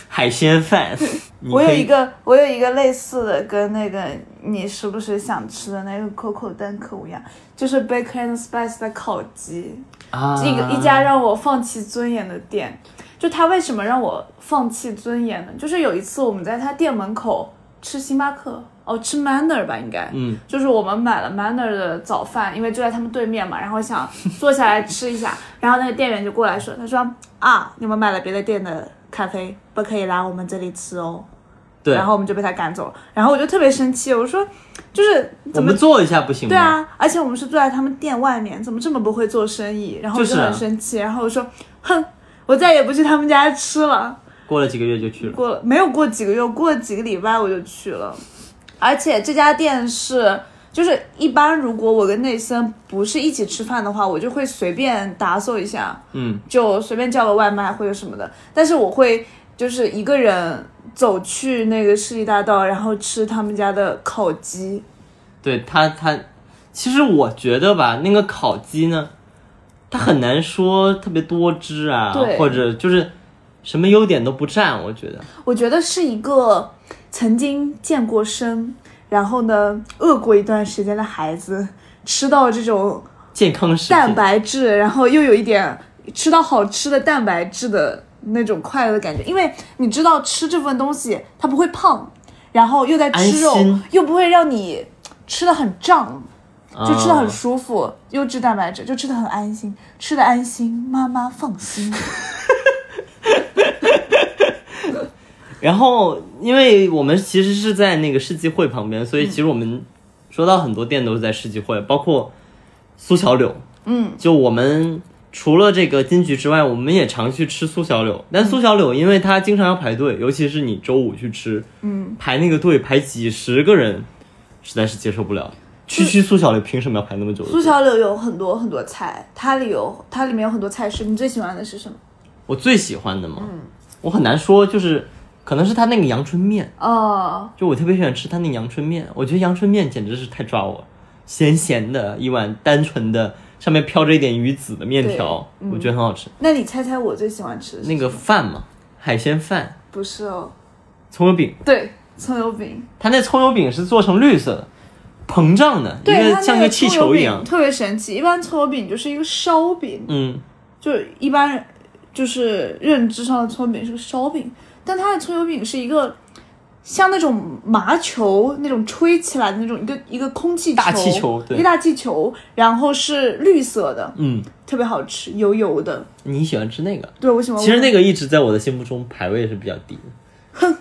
Speaker 3: 海鲜饭。你
Speaker 2: 我有
Speaker 3: 可以
Speaker 2: 一个，我有一个类似的，跟那个你时不时想吃的那个 Coco 蛋壳一样，就是 Baker and Spice 的烤鸡，
Speaker 3: 啊，
Speaker 2: 这个一家让我放弃尊严的店。就他为什么让我放弃尊严呢？就是有一次我们在他店门口吃星巴克，哦，吃 Manner 吧，应该，
Speaker 3: 嗯，
Speaker 2: 就是我们买了 Manner 的早饭，因为就在他们对面嘛，然后想坐下来吃一下， <laughs> 然后那个店员就过来说，他说啊，你们买了别的店的咖啡，不可以来我们这里吃哦。
Speaker 3: 对
Speaker 2: 然后我们就被他赶走了，然后我就特别生气，我说，就是
Speaker 3: 我
Speaker 2: 怎么
Speaker 3: 们做一下不行吗？
Speaker 2: 对，啊，而且我们是坐在他们店外面，怎么这么不会做生意？然后我
Speaker 3: 就
Speaker 2: 就是
Speaker 3: 啊
Speaker 2: 很生气，然后我说，哼，我再也不去他们家吃了。
Speaker 3: 过了几个月就去了。
Speaker 2: 过了没有过几个月，过了几个礼拜我就去了，而且这家店是。就是一般，如果我跟内森不是一起吃饭的话，我就会随便打扫一下，
Speaker 3: 嗯，
Speaker 2: 就随便叫个外卖或者什么的。但是我会就是一个人走去那个世纪大道，然后吃他们家的烤鸡。
Speaker 3: 对他他，其实我觉得吧，那个烤鸡呢，它很难说特别多汁啊，
Speaker 2: 对
Speaker 3: 或者就是什么优点都不占，我觉得。
Speaker 2: 我觉得是一个曾经健过身，然后呢饿过一段时间的孩子，吃到这种
Speaker 3: 健康食
Speaker 2: 蛋
Speaker 3: 品，
Speaker 2: 白质，然后又有一点吃到好吃的蛋白质的那种快乐的感觉，因为你知道吃这份东西它不会胖，然后又在吃肉
Speaker 3: 安心，
Speaker 2: 又不会让你吃的很胀，就吃的很
Speaker 3: 啊
Speaker 2: 舒服，优质蛋白质就吃的很安心，吃的安心，妈妈放心。
Speaker 3: 然后，因为我们其实是在那个世纪汇旁边，所以其实我们说到很多店都是在世纪汇，包括苏小柳。
Speaker 2: 嗯，
Speaker 3: 就我们除了这个金桔之外，我们也常去吃苏小柳。
Speaker 2: 嗯
Speaker 3: 但苏小柳因为它经常要排队，尤其是你周五去吃，嗯，排那个队排几十个人，实在是接受不了。区区苏小柳凭什么要排那么久的
Speaker 2: 苏
Speaker 3: 队？
Speaker 2: 小柳有很多很多菜，它里有它里面有很多菜式。你最喜欢的是什么？
Speaker 3: 我最喜欢的嘛，
Speaker 2: 嗯
Speaker 3: 我很难说，就是可能是它那个阳春面。
Speaker 2: 哦，
Speaker 3: 就我特别喜欢吃他那阳春面，我觉得阳春面简直是太抓我了，咸咸的一碗单纯的，上面飘着一点鱼籽的面条，我觉得很好吃。
Speaker 2: 那你猜猜我最喜欢吃的嗯是
Speaker 3: 那个饭嘛，海鲜饭、
Speaker 2: 不是哦？
Speaker 3: 葱油饼，
Speaker 2: 对，葱油饼，
Speaker 3: 它那葱油饼是做成绿色的，膨胀的，一
Speaker 2: 对，它那
Speaker 3: 像
Speaker 2: 个
Speaker 3: 个气
Speaker 2: 葱油
Speaker 3: 球一
Speaker 2: 饼
Speaker 3: 样。
Speaker 2: 特别神奇。一般葱油饼就是一个烧饼，
Speaker 3: 嗯，
Speaker 2: 就一般就是认知上的葱油饼是个烧饼，但它的葱油饼是一个像那种麻球那种吹起来的那种一个一个空气球，
Speaker 3: 大气球对
Speaker 2: 一大气球，然后是绿色的，
Speaker 3: 嗯，
Speaker 2: 特别好吃，油油的。
Speaker 3: 你喜欢吃那个？
Speaker 2: 对我喜欢。
Speaker 3: 其实那个一直在我的心目中排位是比较低的。哼，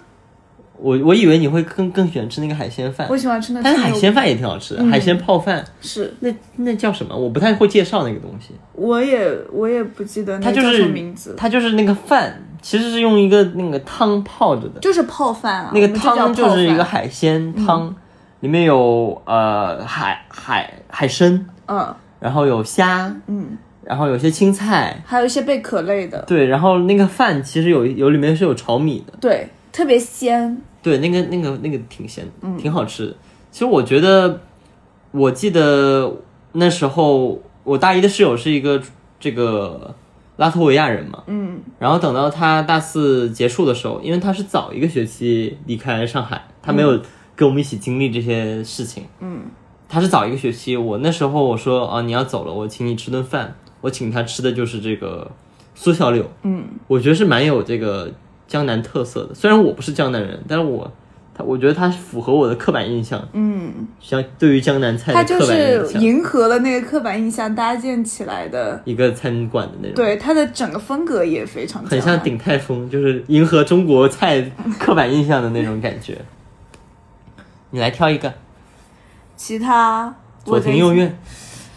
Speaker 3: 我我以为你会更更喜欢吃那个海鲜饭
Speaker 2: 我，喜欢吃那个嗯
Speaker 3: 但是海
Speaker 2: 牛
Speaker 3: 鲜饭也挺好吃的，海鲜泡饭。
Speaker 2: 是，
Speaker 3: 那那叫什么？我不太会介绍那个东西。
Speaker 2: 我也我也不记得那
Speaker 3: 它
Speaker 2: 个
Speaker 3: 就
Speaker 2: 叫
Speaker 3: 是
Speaker 2: 什么名字，
Speaker 3: 它就是那个饭，其实是用一个那个汤泡着的。
Speaker 2: 就是泡饭啊，
Speaker 3: 那个
Speaker 2: 我们叫
Speaker 3: 汤就
Speaker 2: 泡
Speaker 3: 是一个
Speaker 2: 饭嗯
Speaker 3: 海鲜汤，里面有呃海海海参，
Speaker 2: 嗯，
Speaker 3: 然后有虾，
Speaker 2: 嗯，
Speaker 3: 然后有些青菜，
Speaker 2: 还有一些贝壳类的，
Speaker 3: 对，然后那个饭其实有有里面是有炒米的，
Speaker 2: 对，特别鲜，
Speaker 3: 对，那个那个那个挺咸，
Speaker 2: 嗯
Speaker 3: 挺好吃的。其实我觉得，我记得那时候我大一的室友是一个这个拉脱维亚人嘛，
Speaker 2: 嗯，
Speaker 3: 然后等到他大四结束的时候，因为他是早一个学期离开上海，他没
Speaker 2: 嗯
Speaker 3: 有跟我们一起经历这些事情。嗯，他是早一个学期，我那时候我说啊你要走了，我请你吃顿饭，我请他吃的就是这个苏小柳。嗯，我觉得是蛮有这个江南特色的，虽然我不是江南人，但是我他我觉得他符合我的刻板印象，
Speaker 2: 嗯，
Speaker 3: 像对于江南菜
Speaker 2: 它
Speaker 3: 的
Speaker 2: 就
Speaker 3: 刻板印
Speaker 2: 是
Speaker 3: 象，
Speaker 2: 迎合了那个刻板印象搭建起来的，
Speaker 3: 一个餐馆的那种。
Speaker 2: 对，它的整个风格也非常啊
Speaker 3: 很
Speaker 2: 江
Speaker 3: 像
Speaker 2: 南
Speaker 3: 鼎泰丰，就是迎合中国菜刻板印象的那种感觉。你来挑一个，
Speaker 2: 其他
Speaker 3: 左庭右，院，
Speaker 2: 我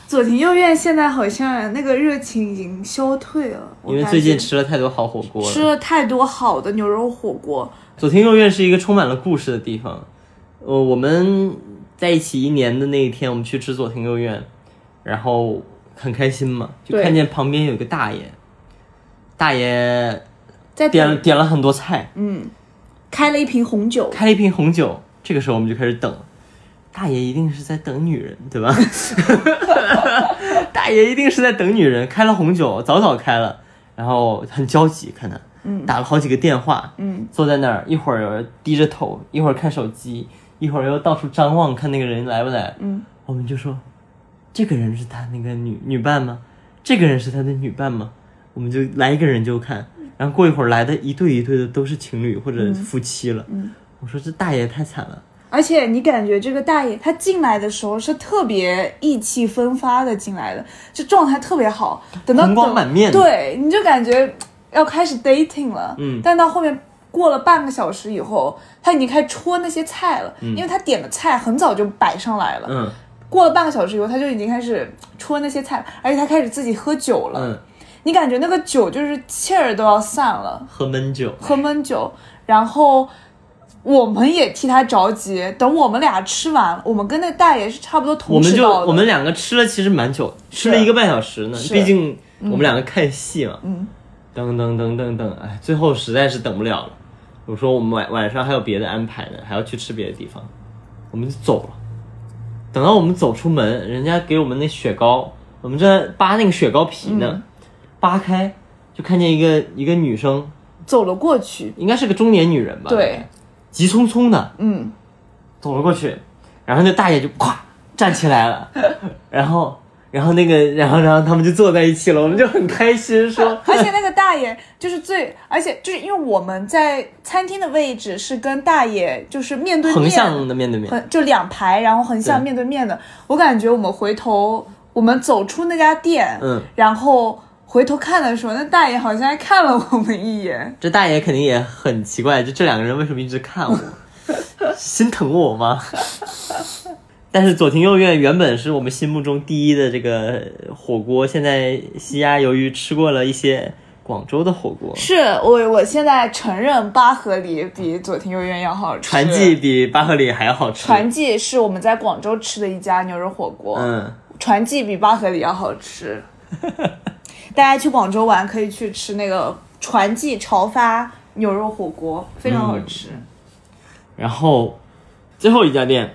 Speaker 2: 左庭右院现在好像那个热情已经消退了，我
Speaker 3: 因为
Speaker 2: 感
Speaker 3: 最近
Speaker 2: 觉
Speaker 3: 吃了太多好火锅
Speaker 2: 吃
Speaker 3: 了。
Speaker 2: 了太多好的牛肉火锅，
Speaker 3: 左庭右院是一个充满了故事的地方。呃，我们在一起一年的那一天，我们去吃左庭右院，然后很开心嘛，就
Speaker 2: 对
Speaker 3: 看见旁边有个大爷，大爷
Speaker 2: 在
Speaker 3: 点了点了很多菜，
Speaker 2: 开了一瓶红酒，
Speaker 3: 开了一瓶红酒，这个时候我们就开始等。大爷一定是在等女人，对吧？ <laughs> 大爷一定是在等女人。开了红酒，早早开了，然后很焦急，看他，嗯，打了好几个电话，
Speaker 2: 嗯，
Speaker 3: 坐在那儿，一会儿低着头，一会儿看手机，一会儿又到处张望，看那个人来不来，
Speaker 2: 嗯，
Speaker 3: 我们就说，这个人是他那个女女伴吗？这个人是他的女伴吗？我们就来一个人就看，然后过一会儿来的一对一对的都是情侣或者夫妻了，我说这大爷太惨了，
Speaker 2: 而且你感觉这个大爷他进来的时候是特别意气风发的进来的，就状态特别好。等到
Speaker 3: 红光满面
Speaker 2: 对，你就感觉要开始 dating 了。
Speaker 3: 嗯
Speaker 2: 但到后面过了半个小时以后，他已经开始戳那些菜了，因为他点的菜很早就摆上来了。
Speaker 3: 嗯
Speaker 2: 过了半个小时以后，他就已经开始戳那些菜，而且他开始自己喝酒了。
Speaker 3: 嗯，
Speaker 2: 你感觉那个酒就是气儿都要散了。
Speaker 3: 喝闷酒，
Speaker 2: 喝闷酒，然后我们也替他着急。等我们俩吃完，我们跟那大爷是差不多
Speaker 3: 我
Speaker 2: 同
Speaker 3: 们
Speaker 2: 时
Speaker 3: 就
Speaker 2: 到的。
Speaker 3: 我们两个吃了其实蛮久，吃了一个半小时呢，
Speaker 2: 是
Speaker 3: 毕竟我们两个看戏嘛，嗯，等等
Speaker 2: 嗯
Speaker 3: 等等等，哎，最后实在是等不了了，我说我们晚晚上还有别的安排呢，还要去吃别的地方，我们就走了。等到我们走出门，人家给我们那雪糕，我们正在扒那个雪糕皮呢，
Speaker 2: 嗯
Speaker 3: 扒开就看见一个一个女生，
Speaker 2: 走了过
Speaker 3: <laughs>
Speaker 2: 去，
Speaker 3: 应该是个中年女人吧，
Speaker 2: 对，
Speaker 3: 急匆匆的，
Speaker 2: 嗯，，
Speaker 3: 走了过去，然后那大爷就咵站起来了， <laughs> 然后，然后那个，然后，然后他们就坐在一起了，我们就很开心，说
Speaker 2: <laughs> 而且那个大爷就是最，而且就是因为我们在餐厅的位置是跟大爷就是面对面，
Speaker 3: 横向的面对面，
Speaker 2: 很就两排，然后横向
Speaker 3: 对
Speaker 2: 面对面的。我感觉我们回头，我们走出那家店，
Speaker 3: 嗯，
Speaker 2: 然后回头看的时候，那大爷好像还看了我们一眼。
Speaker 3: 这大爷肯定也很奇怪，就这两个人为什么一直看
Speaker 2: <laughs>
Speaker 3: 我，心疼我吗？ <laughs> 但是左庭右院原本是我们心目中第一的这个火锅，现在西亚由于吃过了一些广州的火锅，
Speaker 2: 是我，我现在承认八合里比左庭右院要好吃。
Speaker 3: 传记比巴赫里还要好吃，
Speaker 2: 传记是我们在广州吃的一家牛肉火锅，
Speaker 3: 嗯，
Speaker 2: 传记比八合里要好
Speaker 3: <laughs>
Speaker 2: 吃。大家去广州玩可以去吃那个传记潮发牛肉火锅，非常好
Speaker 3: 嗯
Speaker 2: 吃。
Speaker 3: 然后最后一家店，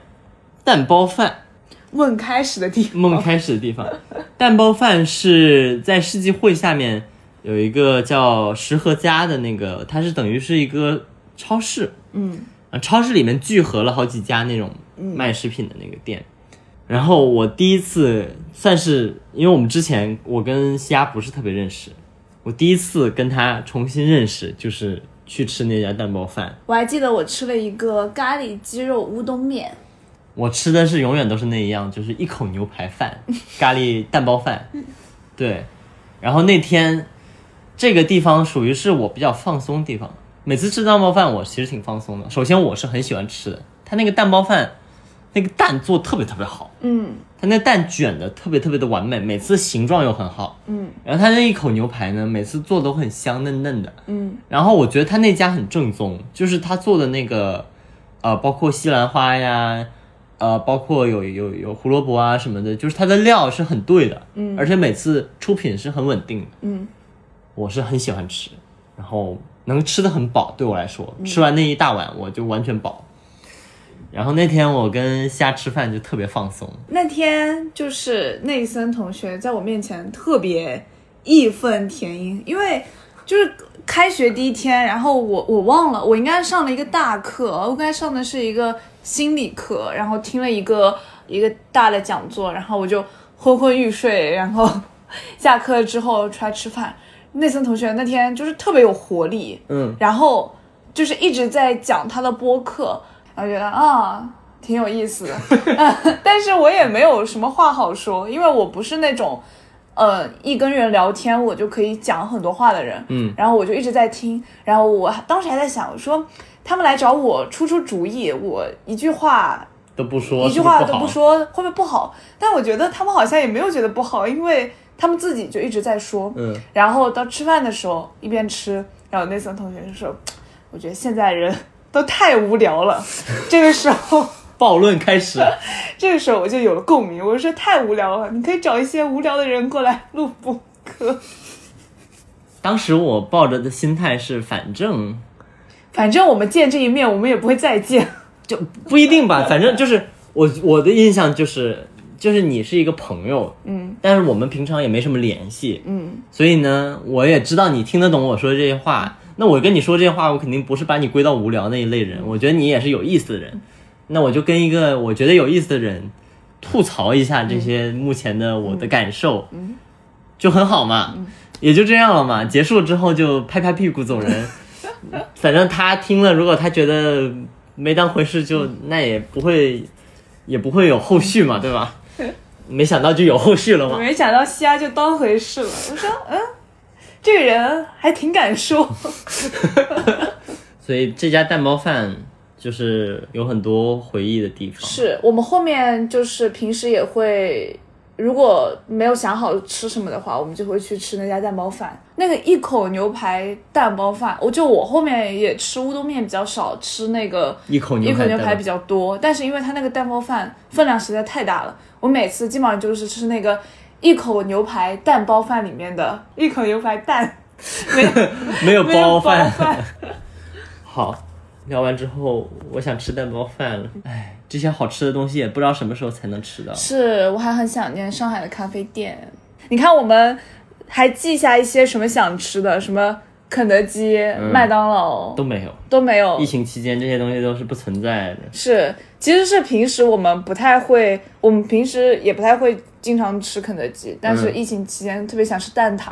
Speaker 3: 蛋包饭，
Speaker 2: 问开始的地方，
Speaker 3: 梦开始的地方。 <laughs> 蛋包饭是在世纪汇下面有一个叫石河家的那个，它是等于是一个超市，
Speaker 2: 嗯，
Speaker 3: 啊，超市里面聚合了好几家那种卖食品的那个店。然后我第一次算是，因为我们之前我跟西亚不是特别认识，我第一次跟他重新认识，就是去吃那家蛋包饭。
Speaker 2: 我还记得我吃了一个咖喱鸡肉乌冬面，
Speaker 3: 我吃的是永远都是那一样，就是一口牛排饭、咖喱蛋包饭。对，然后那天这个地方属于是我比较放松的地方。每次吃蛋包饭，我其实挺放松的。首先，我是很喜欢吃的，它那个蛋包饭，那个蛋做得特别特别好，
Speaker 2: 嗯，
Speaker 3: 它那蛋卷的特别特别的完美，每次形状又很好，
Speaker 2: 嗯，
Speaker 3: 然后它那一口牛排呢，每次做都很香嫩嫩的，
Speaker 2: 嗯，
Speaker 3: 然后我觉得他那家很正宗，就是他做的那个，呃，包括西兰花呀，呃，包括有有有胡萝卜啊什么的，就是它的料是很对的，嗯，而且每次出品是很稳定的，
Speaker 2: 嗯，
Speaker 3: 我是很喜欢吃，然后能吃的很饱，对我来说，
Speaker 2: 嗯
Speaker 3: 吃完那一大碗我就完全饱。然后那天我跟虾吃饭就特别放松，
Speaker 2: 那天就是内森同学在我面前特别义愤填膺，因为就是开学第一天，然后我我忘了，我应该上了一个大课，我应该上的是一个心理课，然后听了一个一个大的讲座，然后我就昏昏欲睡，然后下课之后出来吃饭。内森同学那天就是特别有活力，
Speaker 3: 嗯，
Speaker 2: 然后就是一直在讲他的播客，然后觉得啊挺有意思的、嗯但是我也没有什么话好说，因为我不是那种。呃，一跟人聊天我就可以讲很多话的人，
Speaker 3: 嗯，
Speaker 2: 然后我就一直在听，然后我当时还在想，我说他们来找我出出主意，我一句话
Speaker 3: 都不说
Speaker 2: 一句话
Speaker 3: 是是
Speaker 2: 都
Speaker 3: 不
Speaker 2: 不
Speaker 3: 好，
Speaker 2: 说，会不会不好？但我觉得他们好像也没有觉得不好，因为他们自己就一直在说，
Speaker 3: 嗯，
Speaker 2: 然后到吃饭的时候，一边吃，然后内森同学就说：“我觉得现在人都太无聊了。”这个时候，
Speaker 3: 暴论开始，
Speaker 2: 这个时候我就有了共鸣，我就说太无聊了，你可以找一些无聊的人过来录播客。
Speaker 3: <laughs> 当时我抱着的心态是，反 <laughs> 正
Speaker 2: 反正我们见这一面，我们也不会再见。
Speaker 3: 就不一定吧，反正就是我我的印象就是就是你是一个朋友，
Speaker 2: 嗯，
Speaker 3: 但是我们平常也没什么联系，
Speaker 2: 嗯，
Speaker 3: 所以呢，我也知道你听得懂我说这些话。那我跟你说这些话，我肯定不是把你归到无聊那一类人，我觉得你也是有意思的人。那我就跟一个我觉得有意思的人吐槽一下这些目前的我的感受，就很好嘛，也就这样了嘛。结束之后就拍拍屁股走人。反正他听了，如果他觉得没当回事就，那也不会，也不会有后续嘛，对吧？没想到就有后续了
Speaker 2: 我
Speaker 3: 嘛。
Speaker 2: 没想到西安就当回事了，我说嗯。这个人还挺敢说，
Speaker 3: 所以这家蛋包饭就是有很多回忆的地方。
Speaker 2: <laughs> 是我们后面就是平时也会，如果没有想好吃什么的话，我们就会去吃那家蛋包饭。那个一口牛排蛋包饭，我就我后面也吃乌冬面比较少，吃那个
Speaker 3: 一口牛
Speaker 2: 一
Speaker 3: 排
Speaker 2: 口
Speaker 3: 蛋
Speaker 2: 牛排比较多，但是因为它那个蛋包饭分量实在太大了，我每次基本上就是吃那个一口牛排蛋包饭里面的一口牛排蛋，没有
Speaker 3: 没有
Speaker 2: 没有
Speaker 3: 包饭。
Speaker 2: 饭
Speaker 3: <laughs> 好，聊完之后我想吃蛋包饭了。哎，这些好吃的东西也不知道什么时候才能吃
Speaker 2: <laughs>
Speaker 3: 到。
Speaker 2: 是，我还很想念上海的咖啡店。你看，我们还记下一些什么想吃的，什么肯德基、麦当劳
Speaker 3: 嗯都没有，
Speaker 2: 都没有
Speaker 3: 疫。情期间这些东西都是不存在的。
Speaker 2: 是，其实是平时我们不太会，我们平时也不太会经常吃肯德基，但是
Speaker 3: 嗯
Speaker 2: 疫情期间特别想吃蛋挞。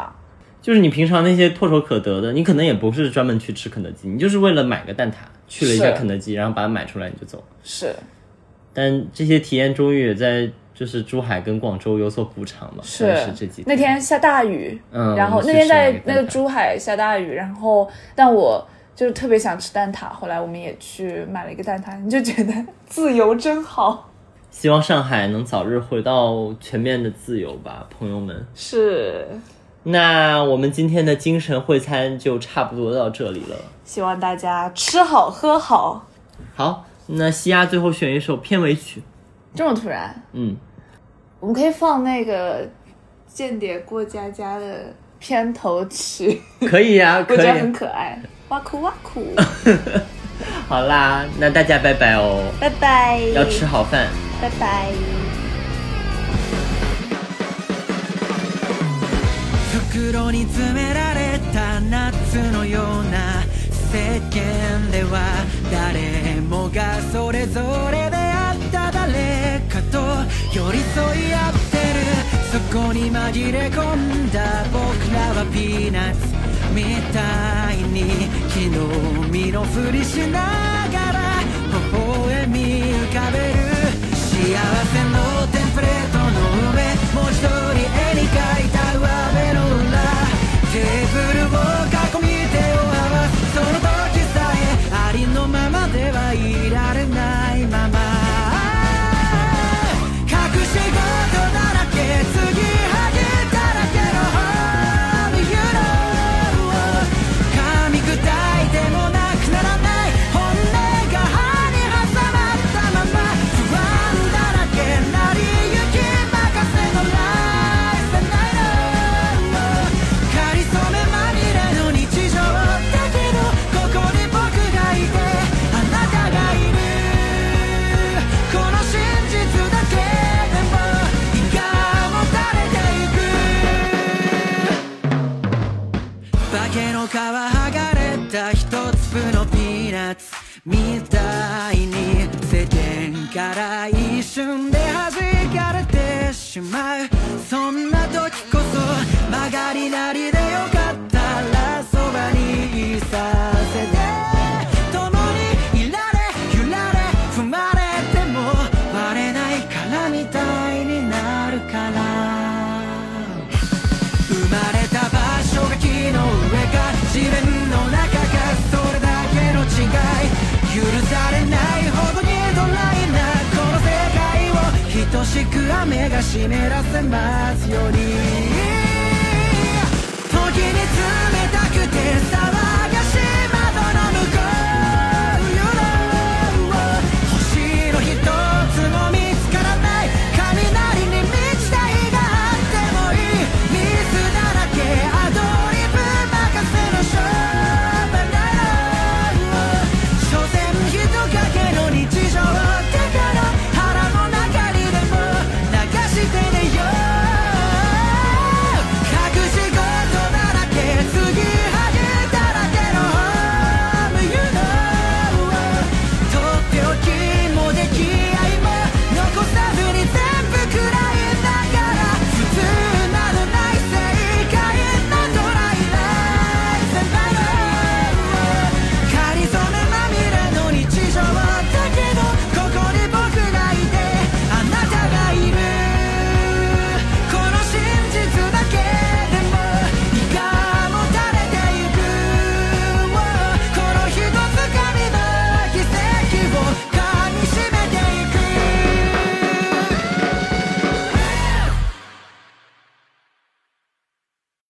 Speaker 3: 就是你平常那些唾手可得的，你可能也不是专门去吃肯德基，你就是为了买个蛋挞去了一下
Speaker 2: 是
Speaker 3: 肯德基，然后把它买出来你就走。
Speaker 2: 是
Speaker 3: 但这些体验终于也在就是珠海跟广州有所补偿吧，算是这几
Speaker 2: 那天下大雨，
Speaker 3: 嗯
Speaker 2: 然后
Speaker 3: 我们
Speaker 2: 那天
Speaker 3: 去吃了
Speaker 2: 在
Speaker 3: 一个
Speaker 2: 那
Speaker 3: 蛋
Speaker 2: 个
Speaker 3: 挞
Speaker 2: 珠海下大雨，然后但我就是特别想吃蛋挞，后来我们也去买了一个蛋挞，你就觉得自由真好。
Speaker 3: 希望上海能早日回到全面的自由吧，朋友们。
Speaker 2: 是，
Speaker 3: 那我们今天的精神会餐就差不多到这里了。
Speaker 2: 希望大家吃好喝好。
Speaker 3: 好，那西亚最后选一首片尾曲，
Speaker 2: 这么突然， <laughs>
Speaker 3: 嗯，
Speaker 2: 我们可以放那个《间谍过家家》的片头曲，
Speaker 3: 可以呀、
Speaker 2: 我
Speaker 3: 可
Speaker 2: 觉得很
Speaker 3: 以。
Speaker 2: 可爱。哇酷哇
Speaker 3: <laughs>
Speaker 2: 酷， <laughs>
Speaker 3: 好啦，那大家拜拜哦，
Speaker 2: 拜拜，
Speaker 3: 要吃，好饭。
Speaker 2: 拜拜。
Speaker 1: 袋に詰められた夏のような世間では誰もがそれぞれであった誰かと寄り添い合ってるそこに紛れ込んだ僕らはピーナッツ
Speaker 4: みたいに昨日身のふりしながら微笑み浮かべる幸せのテンプレートの上もう一人絵に描いた上辺の裏テーブルを囲み手を合わすその時さえありのままではいられないまま隠し事だらけ継ぎはぎだらけのホームユーロー噛み砕いてもなくならない本音が歯に挟まったまま不安だらけなりゆき任せのライフナイトかりそめまみれの日常だけどここに僕がいてあなたがいるこの真実だけでも胃がもたれていく化けの皮剥がれた一粒のピーナッツみたいに世間から一瞬で弾かれてしまうそんな時こそ曲がりなりでよかったらそばにいさせて共にいられ揺られ踏まれても割れないからみたいになるから生まれた場所が木の上か自分の中かそれだけの違い許されないほどにドライなこの世界を等しく雨が湿らせますように時に冷たくて爽